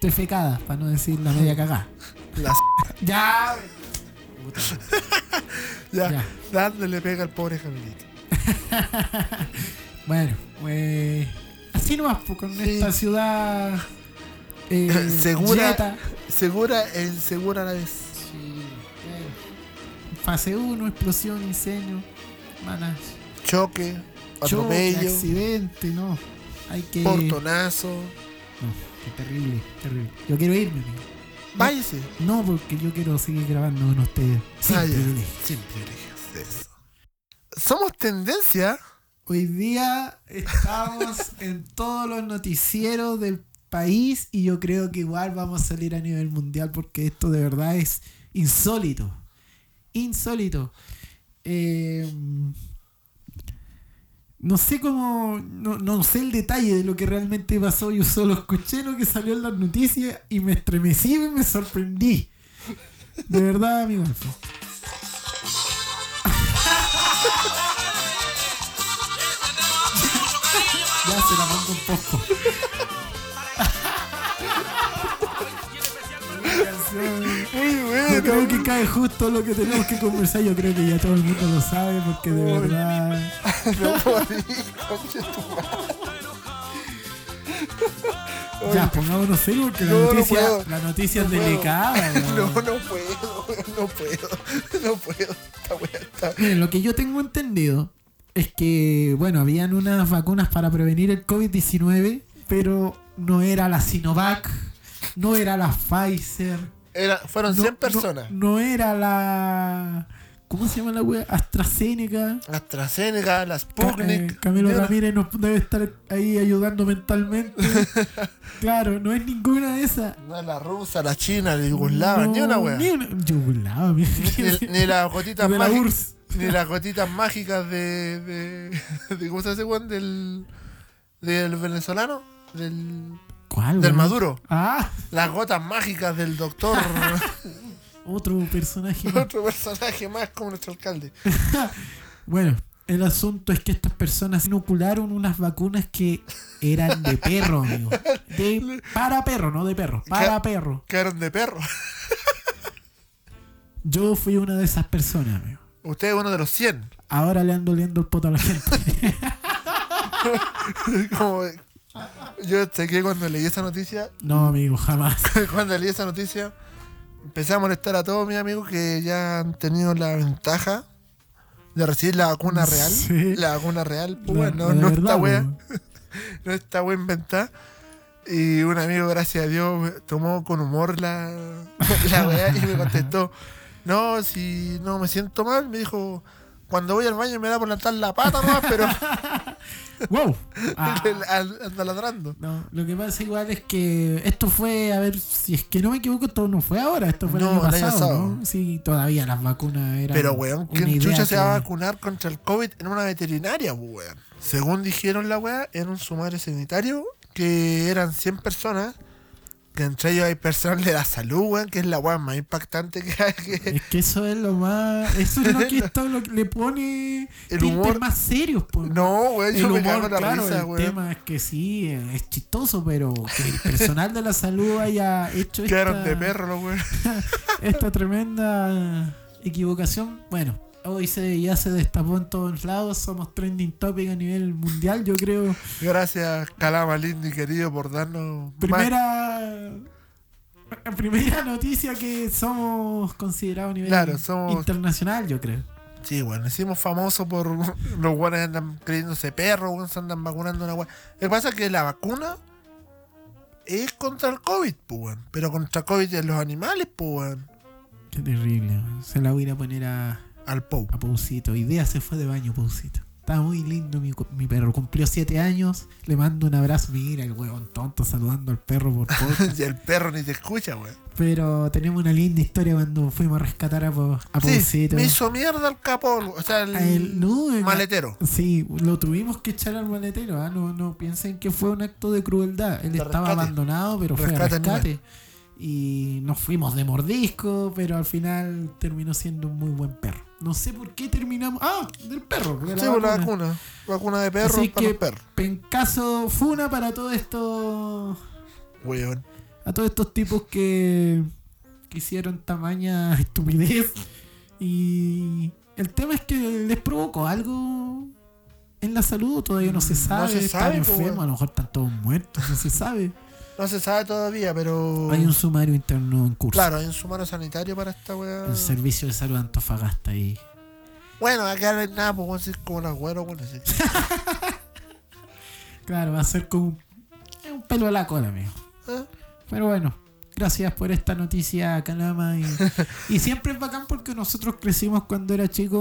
B: tefecada, para no decir la media cagada.
A: La s-
B: Ya.
A: ya,
B: Ya.
A: dándole pega al pobre Jamelito.
B: Bueno, pues así nomás pues, con
A: Sí.
B: esta ciudad eh,
A: Segura.
B: yeta.
A: Segura e insegura a la vez.
B: Bueno. Fase 1, explosión, incendio, malas.
A: Choque,
B: Choque,
A: atropello,
B: accidente, no. Hay que.
A: portonazo.
B: No, qué terrible, terrible. Yo quiero irme, amigo.
A: Váyase.
B: No, porque yo quiero seguir grabando con ustedes. Sin
A: Ah, ya.
B: privilegio.
A: Sin privilegios. Eso. Somos tendencia.
B: Hoy día estamos en todos los noticieros del país y yo creo que igual vamos a salir a nivel mundial porque esto de verdad es insólito. Insólito. Eh, no sé cómo, no, no sé el detalle de lo que realmente pasó, yo solo escuché lo que salió en las noticias y me estremecí y me sorprendí. De verdad, amigo. Alfo. Ya se la pongo un poco.
A: Muy
B: Yo creo que cae justo lo que tenemos que conversar. Yo creo que ya todo el mundo lo sabe porque de verdad.
A: No morí, conche tu madre.
B: Ya, pues, pongámonos serio porque la
A: No, no
B: noticia,
A: puedo.
B: la noticia es
A: No puedo.
B: delicada.
A: No,
B: weón.
A: no puedo, no puedo, no puedo. Esta wea está.
B: Miren, lo que yo tengo entendido es que, bueno, habían unas vacunas para prevenir el COVID-19, pero no era la Sinovac, no era la Pfizer.
A: Era, fueron
B: no-
A: 100 personas.
B: No, no era la. ¿Cómo se llama la wea? AstraZeneca.
A: AstraZeneca, las
B: Ca-
A: Sputnik.
B: eh, Camilo
A: Mira,
B: Ramírez nos debe estar ahí ayudando mentalmente. claro, no es ninguna de esas.
A: no, la rusa, la china, la yugoslava,
B: No,
A: ni una wea.
B: Ni una. Yugoslava, mi-
A: Ni, ni las gotitas
B: de la
A: mágicas.
B: URSS.
A: Ni las gotitas mágicas de. de, de ¿Cómo se hace, Juan? Del. del venezolano. Del.
B: ¿Cuál?
A: del
B: weón?
A: Maduro.
B: Ah,
A: Las gotas mágicas del doctor.
B: otro personaje. más.
A: Otro personaje más como nuestro alcalde.
B: bueno, el asunto es que estas personas inocularon unas vacunas que eran de perro, amigo. De, para perro, no de perro. Para
A: Ca-
B: perro.
A: Quedaron de perro.
B: Yo fui una de esas personas, amigo.
A: Usted es uno de los 100.
B: Ahora le ando oliendo el poto a la gente.
A: Como- yo sé que cuando leí esa noticia,
B: No, amigo, jamás.
A: cuando leí esa noticia, empecé a molestar a todos mis amigos que ya han tenido la ventaja de recibir la vacuna real.
B: Sí.
A: La vacuna real, pues,
B: La-
A: bueno,
B: la
A: no
B: verdad,
A: esta wea,
B: weón.
A: no esta wea inventada. Y un amigo, gracias a Dios, tomó con humor la, la wea y me contestó, no, si no me siento mal, me dijo, cuando voy al baño me da por lanzar la pata nomás, pero
B: ¡Wow! Ah,
A: anda ladrando.
B: no, lo que pasa igual es que esto fue, a ver, si es que no me equivoco, esto no fue ahora, esto fue el
A: No,
B: año
A: el año
B: pasado.
A: pasado.
B: ¿no? Sí, todavía las vacunas eran.
A: Pero, weón,
B: una
A: ¿quién
B: idea
A: chucha se va a
B: que-
A: vacunar contra el COVID en una veterinaria, pues, weón? Según dijeron la weá, era un sumario sanitario que eran 100 personas, que entre ellos hay personal de la salud, weón, que es la weá más impactante que hay. que-
B: Es que eso es lo más. Eso es lo que esto lo que le pone.
A: El
B: tintes
A: humor-
B: más serios, pues, po.
A: No, weón,
B: El
A: yo me
B: humor,
A: cago en la
B: claro,
A: risa,
B: el
A: weón.
B: tema es que sí, eh, es chistoso, pero que el personal de la salud haya hecho
A: Quedaron
B: esta-
A: de perro los weón.
B: esta tremenda equivocación. Bueno, hoy se, ya se destapó en todos lados, somos trending topic a nivel mundial, yo creo.
A: Gracias, Calama, lindo y querido, por darnos más-
B: Primera primera noticia que somos considerados a nivel
A: Claro, somos-
B: internacional, yo creo.
A: Sí, weón, nos hicimos famosos por los weones andan creyéndose perros, weón, se andan vacunando una weón. Lo que pasa es que la vacuna es contra el COVID, pues, weón. Pero contra el COVID de los animales, pues, weón.
B: Qué terrible. Se la voy a ir a poner a,
A: Al POU.
B: a Pausito. Hoy día se fue de baño, Pausito. Está muy lindo mi, cu- mi perro. Cumplió 7 años. Le mando un abrazo. Mira el huevón tonto saludando al perro por poco.
A: Y el perro ni te escucha, weón.
B: Pero tenemos una linda historia cuando fuimos a rescatar a, Po- a
A: Sí,
B: Ah, Pobrecito.
A: me hizo mierda el capón, o sea, el,
B: A él, no, el-
A: maletero.
B: Sí, lo tuvimos que echar al maletero. ¿ah? No, no piensen que fue un acto de crueldad. Él
A: De
B: estaba
A: rescate.
B: abandonado, pero fue a
A: Rescate animal.
B: rescate. Y nos fuimos de mordisco, pero al final terminó siendo un muy buen perro. No sé por qué terminamos. Ah, del perro. porque la
A: Sí, por la
B: vacuna.
A: vacuna. Vacuna de perro
B: Así
A: para
B: que-
A: los perros.
B: Pencaso Funa para todo esto.
A: Weón.
B: A todos estos tipos que, que hicieron tamaña estupidez. Y el tema es que les provocó algo en la salud. Todavía no se
A: Mm, No
B: sabe.
A: se
B: están
A: sabe, po,
B: enfermos,
A: weón.
B: a lo mejor están todos muertos. No se sabe.
A: No se sabe todavía, pero.
B: Hay un sumario interno en curso.
A: Claro, hay un sumario sanitario para esta weá.
B: El servicio de salud de Antofagasta ahí.
A: Bueno, acá no hay nada, pues weón, si es como un agüero, weón. así que-
B: Claro, va a ser como un, es un pelo a la cola, amigo.
A: ¿Ah?
B: Pero bueno, gracias por esta noticia, Calama. Y, y siempre es bacán porque nosotros crecimos cuando era chico.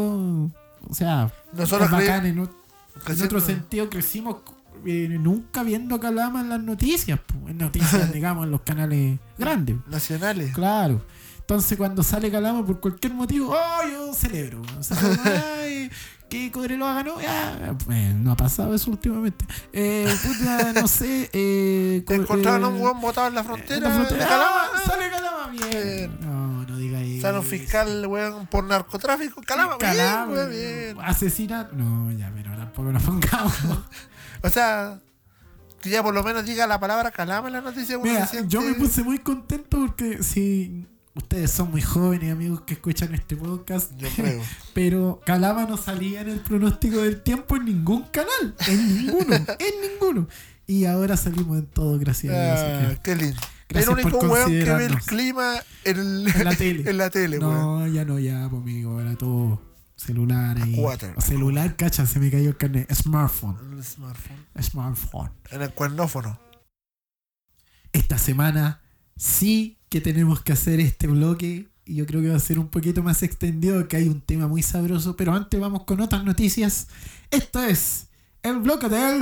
B: O sea,
A: Nosotros
B: es bacán en, ot- en
A: Creciendo-
B: otro sentido. Crecimos eh, nunca viendo a Calama en las noticias. po, En noticias, digamos, en los canales grandes.
A: Nacionales.
B: Claro. Entonces cuando sale Calama por cualquier motivo, ¡oh, yo celebro! O sea, ¡ay, que Cobreloa ganó! Ah, pues, no ha pasado eso últimamente. Eh, puta, no sé... Eh,
A: Te
B: Cobre-
A: encontraron a
B: eh,
A: un weón botado en la
B: en
A: frontera.
B: la frontera.
A: de Calama.
B: ¡Ah, sale Calama! Bien.
A: Bien.
B: No, no diga eso.
A: Sale un fiscal, weón, por narcotráfico. Calama,
B: Calama,
A: bien, weón, bien.
B: Asesina. No, ya, pero tampoco nos pongamos.
A: O sea, que ya por lo menos diga la palabra calama en la noticia, weón.
B: Mira,
A: se siente-
B: yo me puse muy contento porque si ustedes son muy jóvenes, amigos que escuchan este podcast,
A: Yo creo.
B: pero Calama no salía en el pronóstico del tiempo en ningún canal. En ninguno. en ninguno. Y ahora salimos en todo, gracias a Dios. así que-
A: Ah, qué lindo.
B: Gracias
A: el único
B: por
A: weón que ve el
B: considerarnos.
A: clima en,
B: En la tele.
A: en la tele, weón.
B: No, ya no, ya, pues, amigo, era todo celular ahí.
A: Acuático.
B: Celular, cacha, se me cayó el carnet. Smartphone,
A: En el smartphone.
B: smartphone.
A: En el cuernófono.
B: Esta semana sí que tenemos que hacer este bloque y yo creo que va a ser un poquito más extendido, que hay un tema muy sabroso, pero antes vamos con otras noticias. Esto es el bloque del...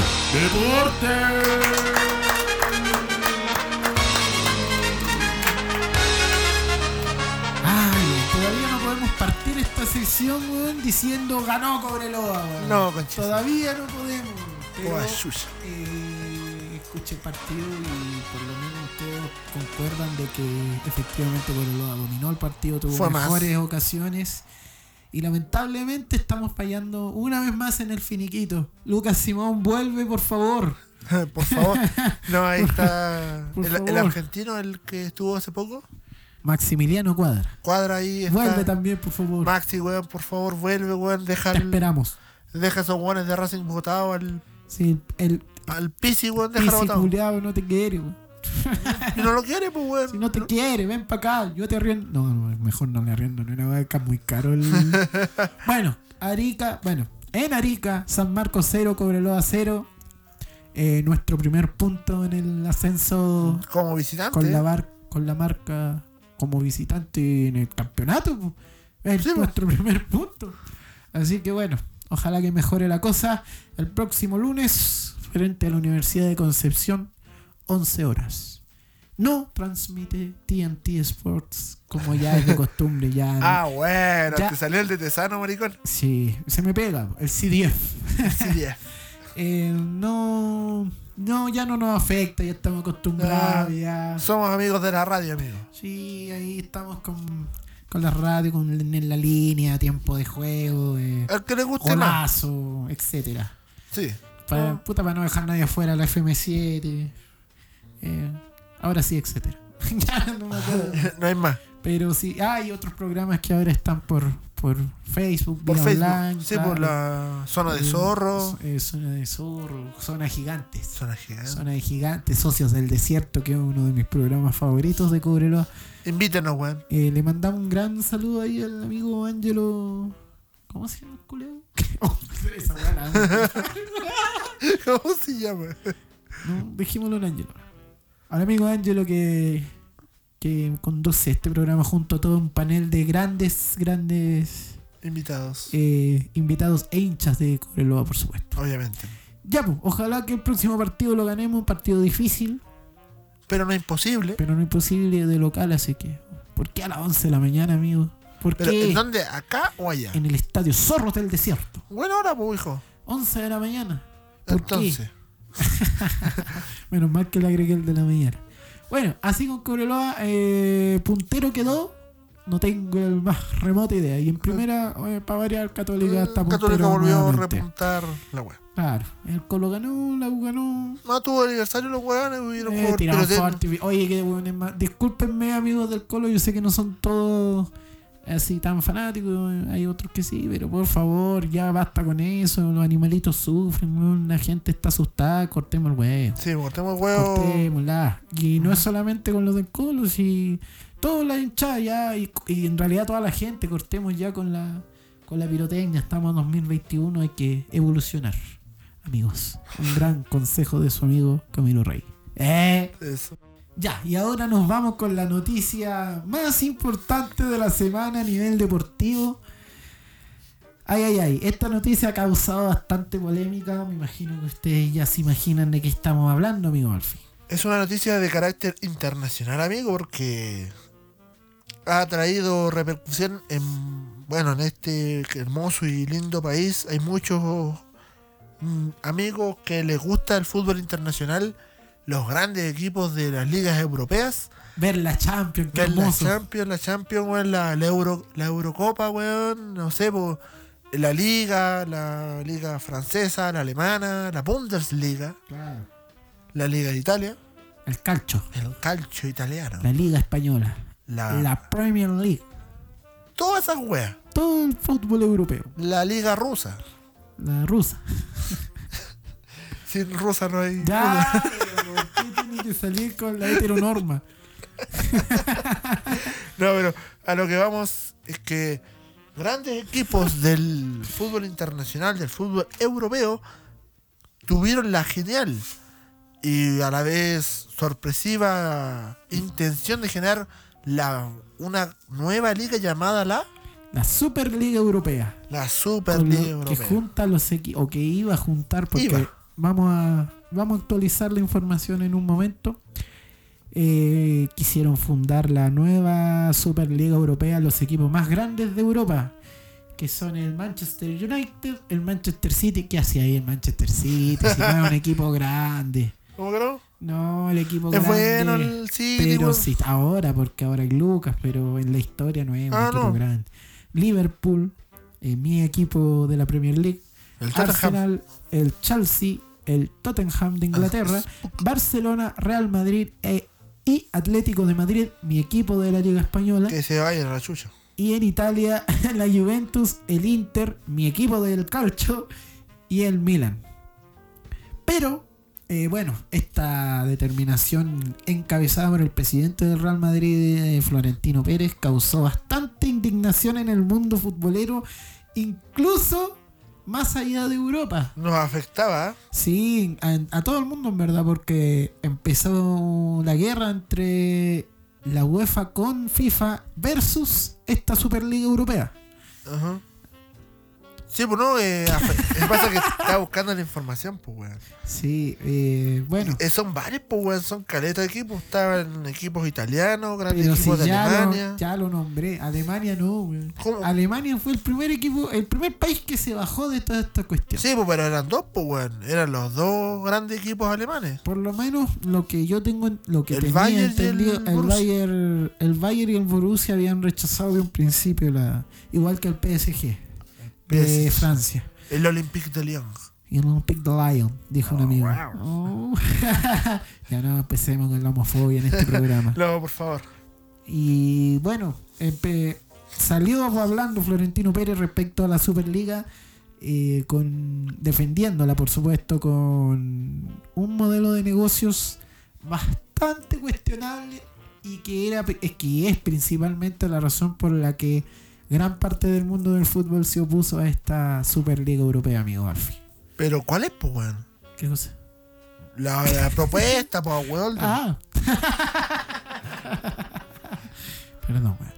B: Ay, todavía no podemos partir esta sección, weón, diciendo ganó Cobreloa, weón.
A: No, conchita.
B: Todavía no podemos. Pero,
A: Toda sucia.
B: eh, escuché el partido y por lo menos todos concuerdan de que efectivamente Cobreloa dominó el partido, tuvo
A: Fue más.
B: mejores ocasiones. Y lamentablemente estamos fallando una vez más en el finiquito. Lucas Simón, vuelve, por favor.
A: Por favor. No, ahí está.
B: Por
A: El, el
B: favor.
A: argentino, el que estuvo hace poco.
B: Maximiliano Cuadra.
A: Cuadra ahí. Está.
B: Vuelve también, por favor.
A: Maxi, weón, por favor, vuelve, weón. Deja,
B: Te
A: el-
B: esperamos.
A: deja esos weones de Racing botados al,
B: Sí, el
A: al Pisi, weón. Deja
B: pisi
A: botado.
B: culiao no te quiere, weón.
A: Y no lo quiere, pues, weón.
B: Si no te quiere, ven para acá, yo te arriendo. No, no, mejor no le arriendo, no era vaca muy caro. el- bueno, Arica, bueno, en Arica, San Marcos 0, Cobreloa 0. Eh, nuestro primer punto en el ascenso
A: Como visitante.
B: con la, bar- con la marca como visitante en el campeonato. po. Es
A: Sí, po.
B: nuestro primer punto. Así que bueno, ojalá que mejore la cosa. El próximo lunes, frente a la Universidad de Concepción, 11 horas. No transmite TNT Sports como ya es de costumbre. Ya,
A: Ah, bueno,
B: Ya.
A: te salió el de Tesano, maricón.
B: Sí, se me pega, po, el CDF.
A: Sí, ya.
B: Eh, no, no, ya no nos afecta, ya estamos acostumbrados.
A: Ah.
B: ya.
A: Somos amigos de la radio, amigo.
B: Sí, ahí estamos con, con la radio, con en la línea, tiempo de juego, eh,
A: El que le guste más.
B: golazo, etcétera.
A: Sí.
B: Para,
A: Ah.
B: Puta, para no dejar nadie afuera la FM7. eh, ahora sí, etcétera. Ya no me acuerdo.
A: No hay más.
B: Pero sí, hay otros programas que ahora están por, por Facebook,
A: Por
B: vía
A: Facebook.
B: online,
A: sí,
B: claro.
A: por la zona de
B: Eh,
A: zorro.
B: eh, zona de zorro, zona gigantes.
A: Zona gigante.
B: Zona de gigantes, socios del desierto, que es uno de mis programas favoritos de Cobreloa.
A: Invítenos, weón.
B: Eh, le mandamos un gran saludo ahí al amigo Ángelo. ¿Cómo se llama el culeo? Oh, esa weá la-
A: ¿Cómo se llama?
B: no, dejémoslo en Ángelo. Al amigo Ángelo que, que conduce este programa junto a todo un panel de grandes, grandes
A: Invitados.
B: eh, invitados e hinchas de Cobreloa, por supuesto.
A: Obviamente.
B: Ya, pues, ojalá que el próximo partido lo ganemos, un partido difícil,
A: Pero no es imposible.
B: pero no imposible de local, así que. ¿Por qué a las 11 de la mañana, amigo? ¿Por
A: Pero
B: qué
A: ¿en dónde? ¿Acá o allá?
B: en el estadio Zorros del Desierto?
A: Bueno, ahora, pues, hijo.
B: 11 de la mañana. ¿Por
A: Entonces.
B: qué? Menos mal que le agregué el de la mañana. Bueno, así con Cobreloa, eh, puntero quedó. No tengo el más remota idea. Y en primera, eh, para variar, Católica está puntero.
A: Católica volvió a
B: nuevamente.
A: repuntar la wea.
B: Claro, el Colo ganó, la U ganó.
A: No tuvo aniversario los weones, hubieron
B: Eh,
A: jugadores,
B: tiraron
A: pero
B: fuerte, vi- Oye, qué hueones más. Discúlpenme, amigos del Colo, yo sé que no son todos eh, así tan fanáticos. eh, Hay otros que sí, pero por favor, ya basta con eso. Los animalitos sufren, weón, la gente está asustada. Cortemos el huevo.
A: Sí, pues, cortemos el huevo.
B: Cortémosla. Y no es solamente con los del Colo, si toda la hinchada ya, y, y en realidad toda la gente, cortemos ya con la, con la pirotecnia. Estamos en 2021, hay que evolucionar, amigos. Un gran consejo de su amigo Camilo Rey. Eh,
A: Eso.
B: ya, y ahora nos vamos con la noticia más importante de la semana a nivel deportivo. Ay, ay, ay, esta noticia ha causado bastante polémica. Me imagino que ustedes ya se imaginan de qué estamos hablando, amigo Alfie.
A: Es una noticia de carácter internacional, amigo, porque ha traído repercusión en, bueno, en este hermoso y lindo país. Hay muchos mm, amigos que les gusta el fútbol internacional, los grandes equipos de las ligas europeas.
B: Ver la Champions, qué
A: Ver la
B: hermoso.
A: Champions, la Champions, weón, la, la Euro, la Eurocopa, weón, no sé, po, la Liga, la Liga Francesa, la Alemana, la Bundesliga,
B: Claro.
A: la Liga de Italia,
B: El calcho,
A: el calcio italiano,
B: la Liga Española,
A: la,
B: la Premier League,
A: todas esas weas,
B: todo el fútbol europeo,
A: la Liga Rusa.
B: la rusa.
A: Sin rusa no hay.
B: Ya, pero ¿por qué tiene que salir con la heteronorma?
A: No, pero a lo que vamos es que grandes equipos del fútbol internacional, del fútbol europeo, tuvieron la genial y a la vez sorpresiva intención de generar la, una nueva liga llamada la,
B: La Superliga Europea.
A: la
B: con lo
A: Superliga
B: que
A: Europea.
B: junta los equipos, o que iba a juntar, porque
A: Iba.
B: vamos a vamos a actualizar la información en un momento. Eh, quisieron fundar la nueva Superliga Europea, los equipos más grandes de Europa, que son el Manchester United, el Manchester City. ¿Qué hace ahí el Manchester City? Si no es un equipo grande.
A: ¿Cómo que no?
B: No, el equipo
A: Es
B: grande.
A: bueno el City,
B: Pero
A: weón.
B: sí, ahora, porque ahora es Lucas, pero en la historia no es un
A: Ah,
B: equipo
A: no.
B: grande. Liverpool, eh, mi equipo de la Premier League,
A: el Tottenham.
B: Arsenal, el Chelsea, el Tottenham de Inglaterra,
A: Ah,
B: Barcelona, Real Madrid e- y Atlético de Madrid, mi equipo de la Liga Española.
A: Que se vaya a la chucha.
B: Y en Italia, la Juventus, el Inter, mi equipo del calcio y el Milan. Pero, eh, bueno, esta determinación encabezada por el presidente del Real Madrid, eh, Florentino Pérez, causó bastante indignación en el mundo futbolero, incluso más allá de Europa.
A: Nos afectaba. ¿eh?
B: Sí, a, a todo el mundo en verdad, porque empezó la guerra entre la UEFA con FIFA versus esta Superliga Europea.
A: Ajá. Sí, pues no, eh, afe- es pasa que está buscando la información, pues, weón.
B: Sí, eh, bueno,
A: Eh, son varios, pues, weón, son caletas de equipos. Estaban equipos italianos, grandes
B: pero si
A: equipos de
B: ya
A: Alemania.
B: lo, ya lo nombré, Alemania no, weón.
A: ¿Cómo?
B: Alemania fue el primer equipo, el primer país que se bajó de toda esta cuestión.
A: Sí, pues, pero eran dos, pues, weón. Eran los dos grandes equipos alemanes.
B: Por lo menos lo que yo tengo, en- lo que
A: El
B: tenía
A: Bayern y el
B: entendido, el,
A: Borussia.
B: Bayern, el Bayern y el Borussia habían rechazado de un principio la, igual que el PSG de
A: PSG.
B: Francia.
A: El Olympique de Lyon.
B: Y el Olympic the Lion, dijo un
A: Oh,
B: amigo.
A: wow.
B: Oh. ya no empecemos con la homofobia en este programa.
A: No, por favor.
B: Y bueno, empe- salió hablando Florentino Pérez respecto a la Superliga, eh, con, defendiéndola, por supuesto, con un modelo de negocios bastante cuestionable y que, era, es que es principalmente la razón por la que gran parte del mundo del fútbol se opuso a esta Superliga Europea, amigo Alfie.
A: Pero, ¿cuál es, pues, weón?
B: ¿Qué cosa?
A: La, la propuesta, pues, weón.
B: Ah. Perdón, weón.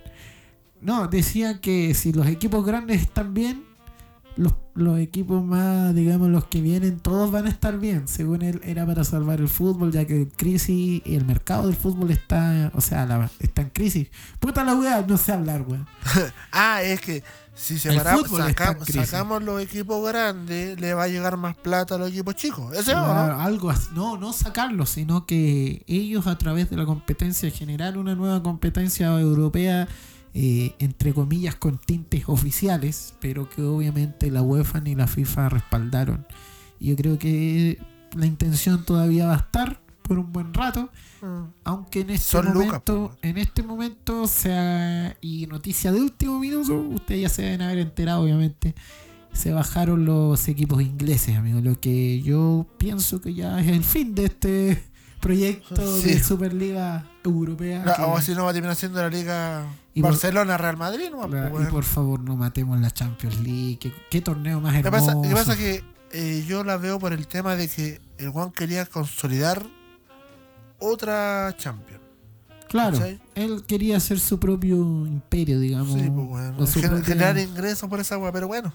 B: No, decía que si los equipos grandes están bien, los, los equipos más, digamos, los que vienen, todos van a estar bien. Según él, era para salvar el fútbol, ya que el crisis, el mercado del fútbol está, o sea, la- está en crisis. Puta la weá, no sé hablar, weá.
A: Ah, es que si
B: El
A: separamos,
B: fútbol está en crisis.
A: sacamos los equipos grandes, le va a llegar más plata a los equipos chicos. Ese va, ¿no?
B: Ah, Algo así. No, no sacarlos, sino que ellos a través de la competencia generar una nueva competencia europea, eh, entre comillas, con tintes oficiales, pero que obviamente la UEFA ni la FIFA respaldaron. Y Yo creo que la intención todavía va a estar por un buen rato,
A: Mm.
B: aunque en este
A: Son lucas,
B: momento,
A: po.
B: en este momento sea y noticia de último minuto, ustedes ya se deben haber enterado, obviamente. Se bajaron los equipos ingleses, amigos. Lo que yo pienso que ya es el fin de este proyecto
A: Sí.
B: de Superliga Europea.
A: La-
B: que-
A: o si no va a terminar siendo la liga
B: Y por-
A: Barcelona-Real Madrid. ¿no?
B: la-
A: Pues,
B: y por favor, no matemos la Champions League. Qué, qué torneo más
A: Lo que
B: hermoso.
A: pasa, lo que pasa que eh, yo la veo por el tema de que el Juan quería consolidar otra Champions.
B: claro,
A: ¿cachai?
B: él quería hacer su propio imperio, digamos.
A: Sí, pues, weón.
B: o su
A: Gen-
B: propia-
A: generar ingresos por esa weá, pero bueno.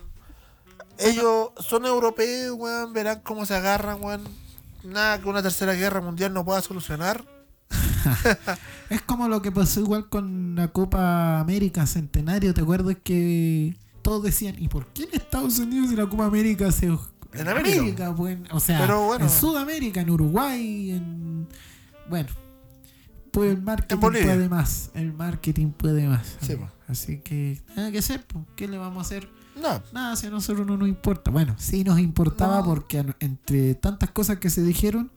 A: Ellos son europeos, weón, verán cómo se agarran, weón. Nada que una tercera guerra mundial no pueda solucionar.
B: Es como lo que pasó igual con la Copa América Centenario, ¿te acuerdas que todos decían, ¿y por qué en Estados Unidos y la Copa América se...
A: En América.
B: pues, en- o sea,
A: Pero bueno.
B: en Sudamérica, en Uruguay, en... Bueno, pues el marketing
A: En Bolivia.
B: puede más, el marketing puede más.
A: Sí,
B: amigo. Así que nada que hacer, pues, ¿qué le vamos a hacer?
A: No,
B: Nada, si a nosotros no nos importa. Bueno, sí nos importaba
A: No.
B: porque an- entre tantas cosas que se dijeron,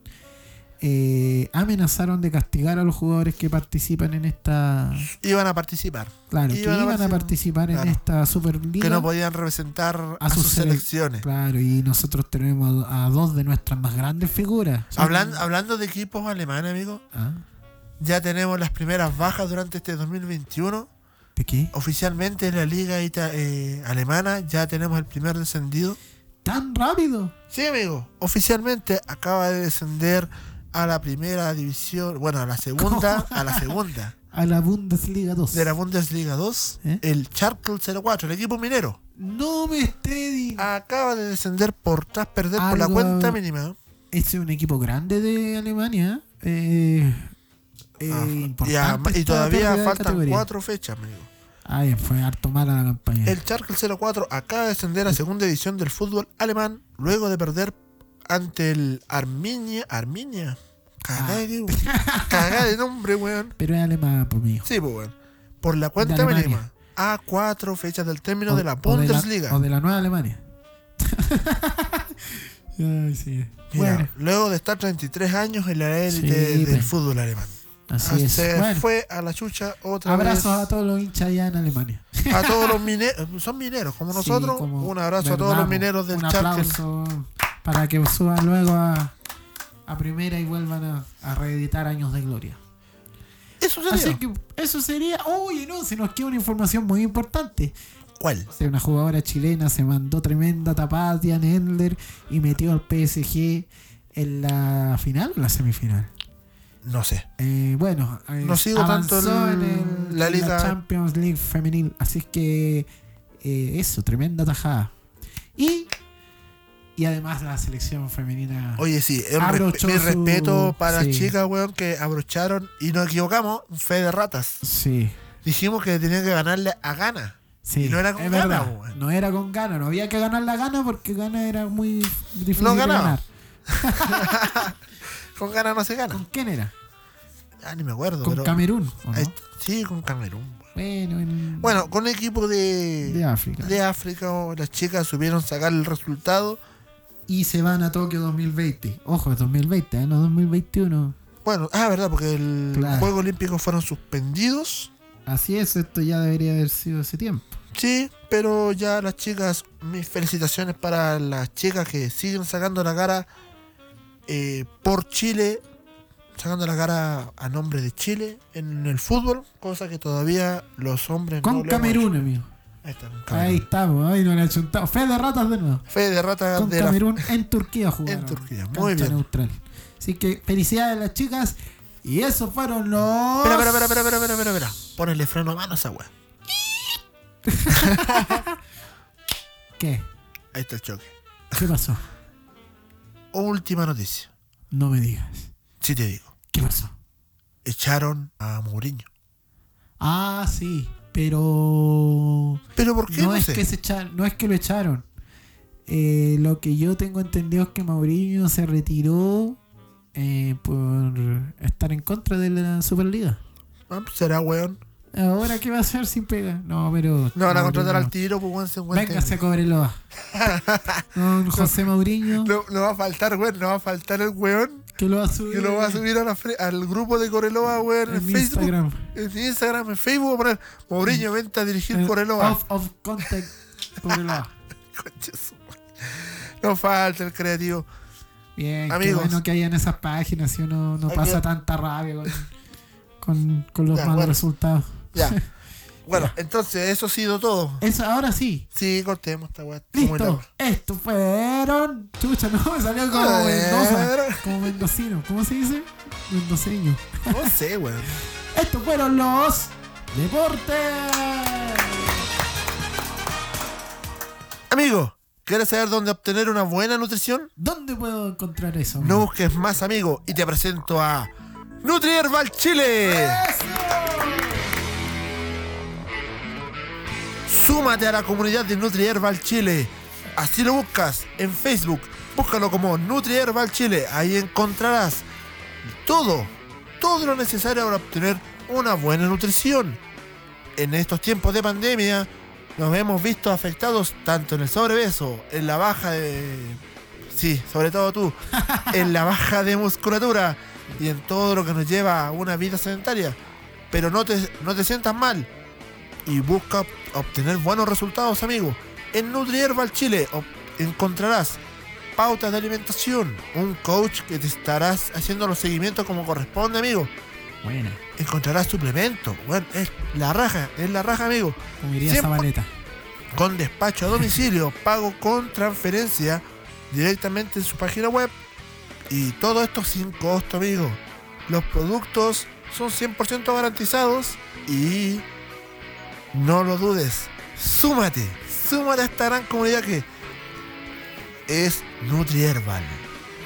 B: eh, amenazaron de castigar a los jugadores que participan en esta.
A: iban a participar.
B: Claro, que
A: Iban a
B: iban a
A: participar.
B: participar en
A: Claro.
B: esta Superliga.
A: Que no podían representar a,
B: A
A: sus
B: sus selec-
A: selecciones.
B: Claro, y nosotros tenemos a, a dos de nuestras más grandes figuras. Son-
A: Hablan- hablando de equipos alemanes, amigo,
B: Ah,
A: ya tenemos las primeras bajas durante este 2021.
B: ¿De qué?
A: Oficialmente en la liga ita- eh, alemana ya tenemos el primer descendido.
B: ¿Tan rápido?
A: Sí, amigo. Oficialmente acaba de descender a la primera división, bueno, a la segunda, a la segunda
B: A la Bundesliga 2.
A: de la Bundesliga 2,
B: ¿Eh?
A: el Charkel 04, el equipo minero.
B: No me esté di-
A: Acaba de descender por tras perder por la
B: Algo-
A: cuenta mínima.
B: Este es un equipo grande de Alemania. eh, eh,
A: Ah, y, a-
B: importante
A: y
B: esta
A: todavía
B: pérdida de
A: faltan
B: categoría.
A: cuatro fechas, amigo.
B: Ay, fue harto mala la campaña.
A: El Charkel 04 acaba de descender a segunda división del fútbol alemán luego de perder ante el Arminia. Arminia. Cagá
B: Ah.
A: de, digo. Cagá de nombre, weón.
B: Pero es alemán, por mí.
A: Sí, pues, weón. Por la cuenta
B: De Alemania.
A: mínima. A cuatro fechas del término de la Bundesliga.
B: O de la nueva Alemania. Ay, sí.
A: Mira,
B: Bueno,
A: Luego de estar 33 años en la élite
B: Sí,
A: del
B: pues.
A: fútbol alemán. Ah,
B: así es.
A: Se
B: Bueno,
A: fue a la chucha otra
B: abrazos
A: vez.
B: a todos los hinchas allá en Alemania.
A: A todos los mineros, son mineros como
B: Sí,
A: nosotros.
B: como-
A: un abrazo a
B: ¿verdad,
A: todos los
B: po?
A: mineros del
B: Un
A: Charkel.
B: aplauso para que suban luego a, a primera y vuelvan a, a reeditar años de gloria.
A: Eso sería.
B: Así que eso sería. Oye, no, se nos queda una información muy importante.
A: ¿Cuál?
B: O sea, una jugadora chilena se mandó tremenda tapada Diane Endler y metió al PSG en la final o la semifinal.
A: No sé.
B: Eh, bueno, eh,
A: No sigo tanto
B: avanzó
A: el-
B: en el-
A: la
B: en
A: liga.
B: Champions League femenil. Así es que eh, eso, tremenda tajada. Y, y además la selección femenina.
A: Oye, sí, es un
B: Abrochó
A: respe- mi
B: su-
A: respeto para las
B: sí.
A: chicas, weón, que abrocharon y nos equivocamos, fe de ratas.
B: Sí.
A: Dijimos que tenían que ganarle a gana.
B: Sí,
A: Y no era con
B: es
A: gana,
B: verdad.
A: po, weón.
B: No era con gana, no había que ganar la gana porque gana era muy difícil
A: No
B: de
A: ganaba.
B: ganar.
A: Con gana no se
B: ¿Con
A: gana.
B: quién era?
A: Ah, ni me acuerdo,
B: Con
A: pero.
B: Camerún. ¿o no?
A: ahí está. Sí, con Camerún. weón.
B: Bueno, en-
A: Bueno, con el equipo
B: de
A: de,
B: África.
A: de África, weón, las chicas supieron sacar el resultado.
B: Y se van a Tokio 2020. Ojo, es 2020, ¿eh? no 2021.
A: Bueno, ah, verdad, porque el
B: Claro.
A: Juego Olímpico fueron suspendidos.
B: Así es, esto ya debería haber sido hace tiempo.
A: Pues Sí, pero ya las chicas, mis felicitaciones para las chicas que siguen sacando la cara eh, por Chile, sacando la cara a nombre de Chile en el fútbol, cosa que todavía los hombres
B: Con
A: lo hemos
B: Camerún, amigo.
A: hecho. Ahí está, con
B: Ahí
A: Camerún.
B: estamos, ¿eh? ahí nos la chuntamos. Fe de ratas de nuevo.
A: Fe de rata
B: Con
A: de la-
B: Camerún en Turquía jugaron.
A: en Turquía.
B: Cancha
A: Muy bien.
B: neutral. Así que felicidades a las chicas. Y esos fueron los.
A: Espera, espera, espera, espera, espera, espera, espera. Ponele freno a mano a esa weá.
B: ¿Qué?
A: Ahí está el choque.
B: ¿Qué pasó?
A: Última noticia.
B: No me digas.
A: Sí te digo.
B: ¿Qué pasó?
A: Echaron a Mourinho.
B: Ah, sí, pero
A: ¿Pero por qué?
B: no,
A: No,
B: es
A: sé.
B: que se echa- no es que lo echaron. Eh, lo que yo tengo entendido es que Mourinho se retiró eh, por estar en contra de la Superliga.
A: Ah, pues será weón.
B: Ahora qué va a hacer sin pega. No, pero
A: No van a
B: Mourinho-
A: contratar al tiro, pues weón se encuentra.
B: Véngase a Cobreloa. Don José Mourinho,
A: No, no va a faltar, weón. No va a faltar el weón
B: que lo va a subir,
A: que lo va a subir a la fre- al grupo de Coreloa, weón,
B: en,
A: en, Facebook.
B: Instagram.
A: En Instagram, en Facebook, va a poner Mourinho venta a dirigir
B: Eh,
A: Coreloa.
B: Off of contact Cobreloa.
A: Concha su madre. No falta el creativo.
B: Bien,
A: Amigos.
B: qué bueno que hayan esas páginas si uno no
A: Hay
B: pasa
A: que-
B: tanta rabia con, con, con los
A: Ya,
B: malos
A: bueno.
B: resultados.
A: Ya. Bueno, entonces eso ha sido todo.
B: Eso, ahora sí.
A: Sí, cortemos esta weá. Está muy
B: Listo.
A: larga.
B: Estos fueron. Chucha, no, me salió como
A: A ver.
B: Mendoza. Como mendocino. ¿Cómo se dice? Mendoceño.
A: No sé, weón.
B: Estos fueron los deportes.
A: Amigo, ¿quieres saber dónde obtener una buena nutrición?
B: ¿Dónde puedo encontrar eso?
A: No busques más, amigo, y te presento a NutriHerbal Chile. Súmate a la comunidad de NutriHerbal Chile. Así lo buscas en Facebook. Búscalo como NutriHerbal Chile. Ahí encontrarás todo, todo lo necesario para obtener una buena nutrición. En estos tiempos de pandemia nos hemos visto afectados tanto en el sobrepeso, en la baja de... Sí, sobre todo tú, en la baja de musculatura y en todo lo que nos lleva a una vida sedentaria. Pero no te, no te sientas mal y busca obtener buenos resultados, amigo. En NutriHerbal Chile ob- encontrarás pautas de alimentación, un coach que te estarás haciendo los seguimientos como corresponde, amigo.
B: Buena.
A: Encontrarás suplementos, bueno, es la raja, es la raja, amigo
B: Como diría
A: Siempre-
B: Zabaleta.
A: con despacho a domicilio, pago con transferencia directamente en su página web y todo esto sin costo, amigo. Los productos son 100% garantizados y no lo dudes, súmate, súmate a esta gran comunidad que es NutriHerbal.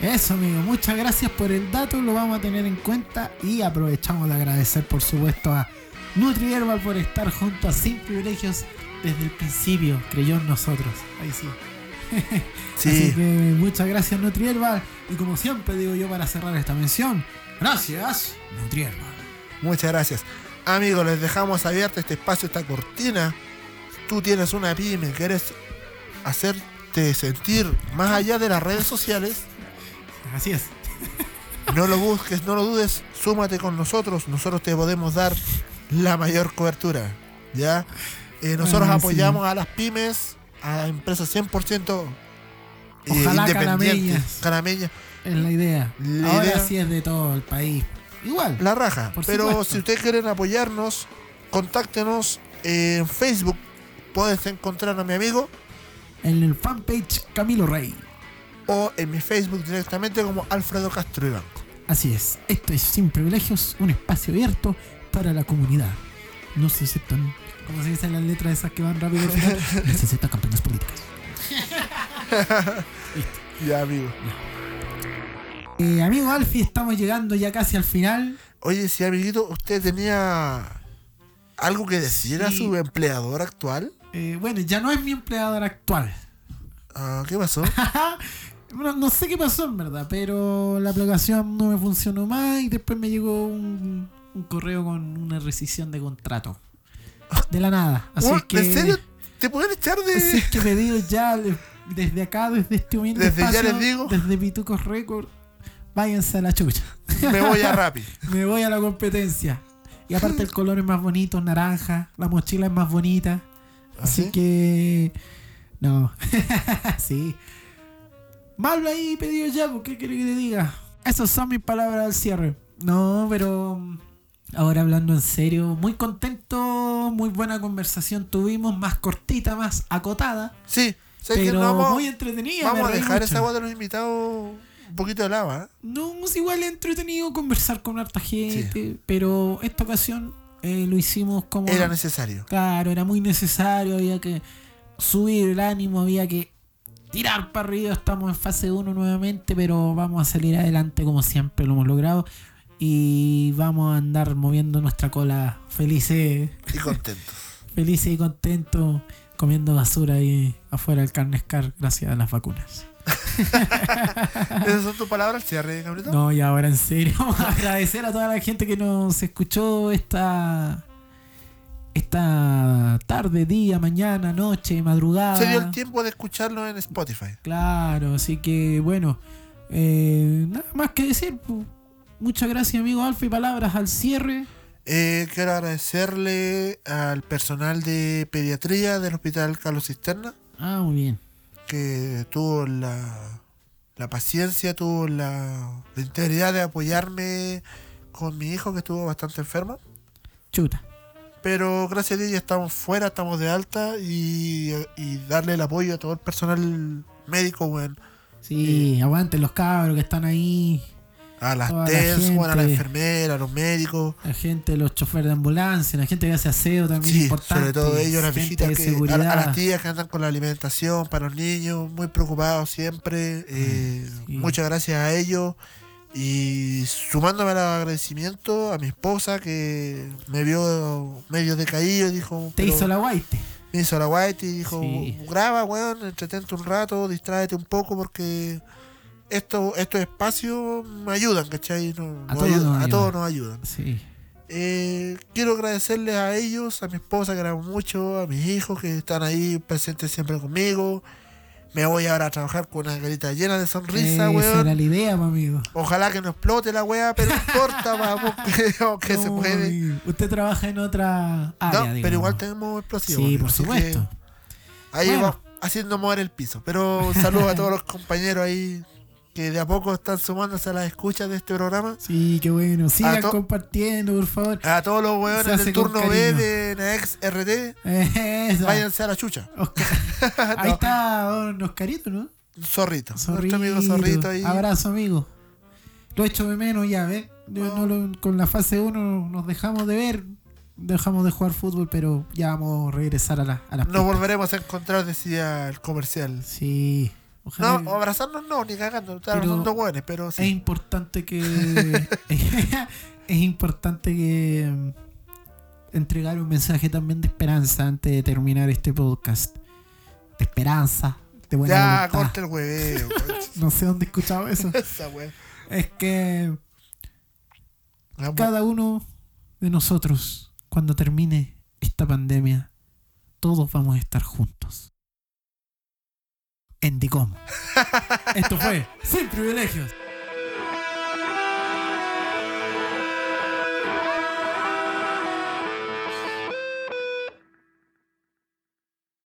B: Eso, amigo. Muchas gracias por el dato. Lo vamos a tener en cuenta. Y aprovechamos de agradecer, por supuesto, a NutriHerbal por estar junto a Sin Privilegios desde el principio. Creyó en nosotros. Ahí sí. Así que
A: Sí,
B: muchas gracias, NutriHerbal. Y como siempre digo yo para cerrar esta mención, gracias, NutriHerbal.
A: muchas gracias. Amigos, les dejamos abierto este espacio, esta cortina. Tú tienes una pyme, quieres hacerte sentir más allá de las redes sociales.
B: Así es.
A: No lo busques, no lo dudes, súmate con nosotros, nosotros te podemos dar la mayor cobertura, ¿ya? Eh, nosotros
B: Ah, sí.
A: apoyamos a las pymes, a empresas 100% eh,
B: Ojalá
A: independientes,
B: calameñas.
A: calameñas,
B: Es la idea.
A: La
B: Ahora
A: idea-
B: sí es de todo el país. Igual.
A: la raja.
B: Por
A: Pero
B: supuesto.
A: si ustedes quieren apoyarnos, contáctenos en Facebook, puedes encontrar a mi amigo
B: En el fanpage Camilo Rey.
A: o en mi Facebook directamente como Alfredo Castro Ibanco.
B: Así es, esto es Sin Privilegios, un espacio abierto para la comunidad. No se aceptan, como se dicen las letras esas que van rápido, al final, no se aceptan campañas políticas.
A: Ya, amigo.
B: Eh, amigo Alfie, estamos llegando ya casi al final.
A: Oye, si amiguito, ¿usted tenía algo que decir a
B: Sí.
A: su empleador actual?
B: Eh, bueno, ya no es mi empleador actual.
A: Ah, ¿Qué pasó?
B: Bueno, no sé qué pasó en verdad, pero la aplicación no me funcionó más y después me llegó un, un correo con una rescisión de contrato. De la nada. Así
A: Uy,
B: es que...
A: Oh, ¿En serio? ¿Te pueden echar de...?
B: Así es que pedido ya de- desde acá, desde este humilde
A: Desde ya
B: espacio,
A: les digo.
B: desde Pitucos Record, váyanse a la chucha.
A: Me voy a Rappi.
B: Me voy a la competencia. Y aparte el color es más bonito, naranja, la mochila es más bonita. Así
A: ¿Así?
B: que no. sí. Malo ahí pedido ya, ¿por ¿qué quiere que te diga? Esas son mis palabras al cierre. No, pero mm, ahora hablando en serio, muy contento, muy buena conversación tuvimos, más cortita, más acotada.
A: Sí, sé que
B: Pero
A: no vamos,
B: muy entretenida.
A: vamos
B: me
A: a
B: reí
A: dejar
B: mucho.
A: esa agua de los invitados un poquito de lava. ¿eh?
B: No, es igual entretenido conversar con harta gente, pero esta ocasión eh, lo hicimos como.
A: Era necesario.
B: Claro, era muy necesario, había que subir el ánimo, había que tirar para arriba. Estamos en fase 1 nuevamente, pero vamos a salir adelante como siempre lo hemos logrado. Y vamos a andar moviendo nuestra cola felices,
A: Y contentos.
B: felices y contentos, comiendo basura ahí afuera del carnescar gracias a las vacunas.
A: ¿Esas son tus palabras al cierre, Gabrielito?
B: No, y ahora en serio, vamos a agradecer a toda la gente que nos escuchó esta esta tarde, día, mañana, noche, madrugada.
A: Se dio el tiempo de escucharlo en Spotify.
B: Claro, así que bueno, eh, nada más que decir. pu. Muchas gracias, amigo Alfa, y palabras al cierre.
A: Eh, quiero agradecerle al personal de pediatría del Hospital Carlos Cisterna,
B: Ah, muy bien.
A: que tuvo la, la paciencia, tuvo la, la integridad de apoyarme con mi hijo que estuvo bastante enfermo.
B: Chuta.
A: Pero gracias a ella estamos fuera, estamos de alta y, y darle el apoyo a todo el personal médico, weón.
B: Sí, Eh, aguanten los cabros que están ahí.
A: A las
B: Toda la
A: TES, weón, a la
B: gente.
A: enfermera, a los médicos.
B: La gente, los choferes de ambulancia, la gente que hace aseo también
A: Sí,
B: importante.
A: sobre todo ellos, las
B: gente
A: viejitas,
B: de
A: que, a,
B: seguridad.
A: la- a las tías que andan con la alimentación para los niños, muy preocupados siempre. eh,
B: sí.
A: Muchas gracias a ellos. Y sumándome al agradecimiento a mi esposa que me vio medio decaído, dijo,
B: Te
A: "Pero
B: hizo la guaite.
A: me hizo la guaita y dijo,
B: Sí.
A: graba, weón, entretente un rato, distráete un poco porque esto, estos espacios me ayudan, ¿cachai? No-
B: A
A: nos
B: todos
A: ayudan-
B: nos
A: a todos
B: ayudan.
A: nos ayudan.
B: Sí.
A: Eh, quiero agradecerles a ellos, a mi esposa que la amo mucho, a mis hijos que están ahí presentes siempre conmigo. Me voy ahora a trabajar con una carita llena de sonrisa,
B: Esa
A: weón.
B: era la idea, mi amigo.
A: Ojalá que no explote la weá, pero no importa, vamos, que, aunque se
B: No,
A: puede.
B: amigo. Usted trabaja en otra área,
A: No, pero
B: digamos.
A: igual tenemos explosivos.
B: Sí,
A: amigo,
B: por
A: así que
B: supuesto.
A: Ahí
B: Bueno.
A: va haciendo mover el piso. Pero saludos a todos los compañeros ahí que de a poco están sumándose a las escuchas de este programa.
B: Sí, qué bueno. Sigan
A: Ah, to- Ah,
B: compartiendo, por favor.
A: A todos los
B: Se
A: weones
B: hace
A: del
B: con
A: turno B
B: cariño.
A: de Next RT,
B: Eso.
A: váyanse a la chucha.
B: Eh, Oscar. Ahí
A: No.
B: está don Oscarito, ¿no?
A: Zorrito.
B: Zorrito.
A: Nuestro amigo Zorrito ahí.
B: Abrazo, amigo. Lo echo de menos ya, ¿ves? Yo no lo- con la fase 1 nos dejamos de ver, dejamos de jugar fútbol, pero ya vamos a regresar a, la, a las
A: Nos
B: pistas.
A: volveremos a encontrar, decía el comercial.
B: Sí. Ojalá
A: No, abrazarnos no, ni cagando. Están
B: Pero-
A: abrazando hueones, pero
B: Es
A: sí.
B: importante que. es importante que. mm, Entregar un mensaje también de esperanza antes de terminar este podcast. De esperanza, de buena
A: Ya,
B: voluntad.
A: corta el hueveo. concha,
B: No sé dónde he escuchado eso.
A: Esa wea.
B: es que
A: La mu-
B: cada uno de nosotros, cuando termine esta pandemia, todos vamos a estar juntos. En Dicom. Esto fue Sin Privilegios.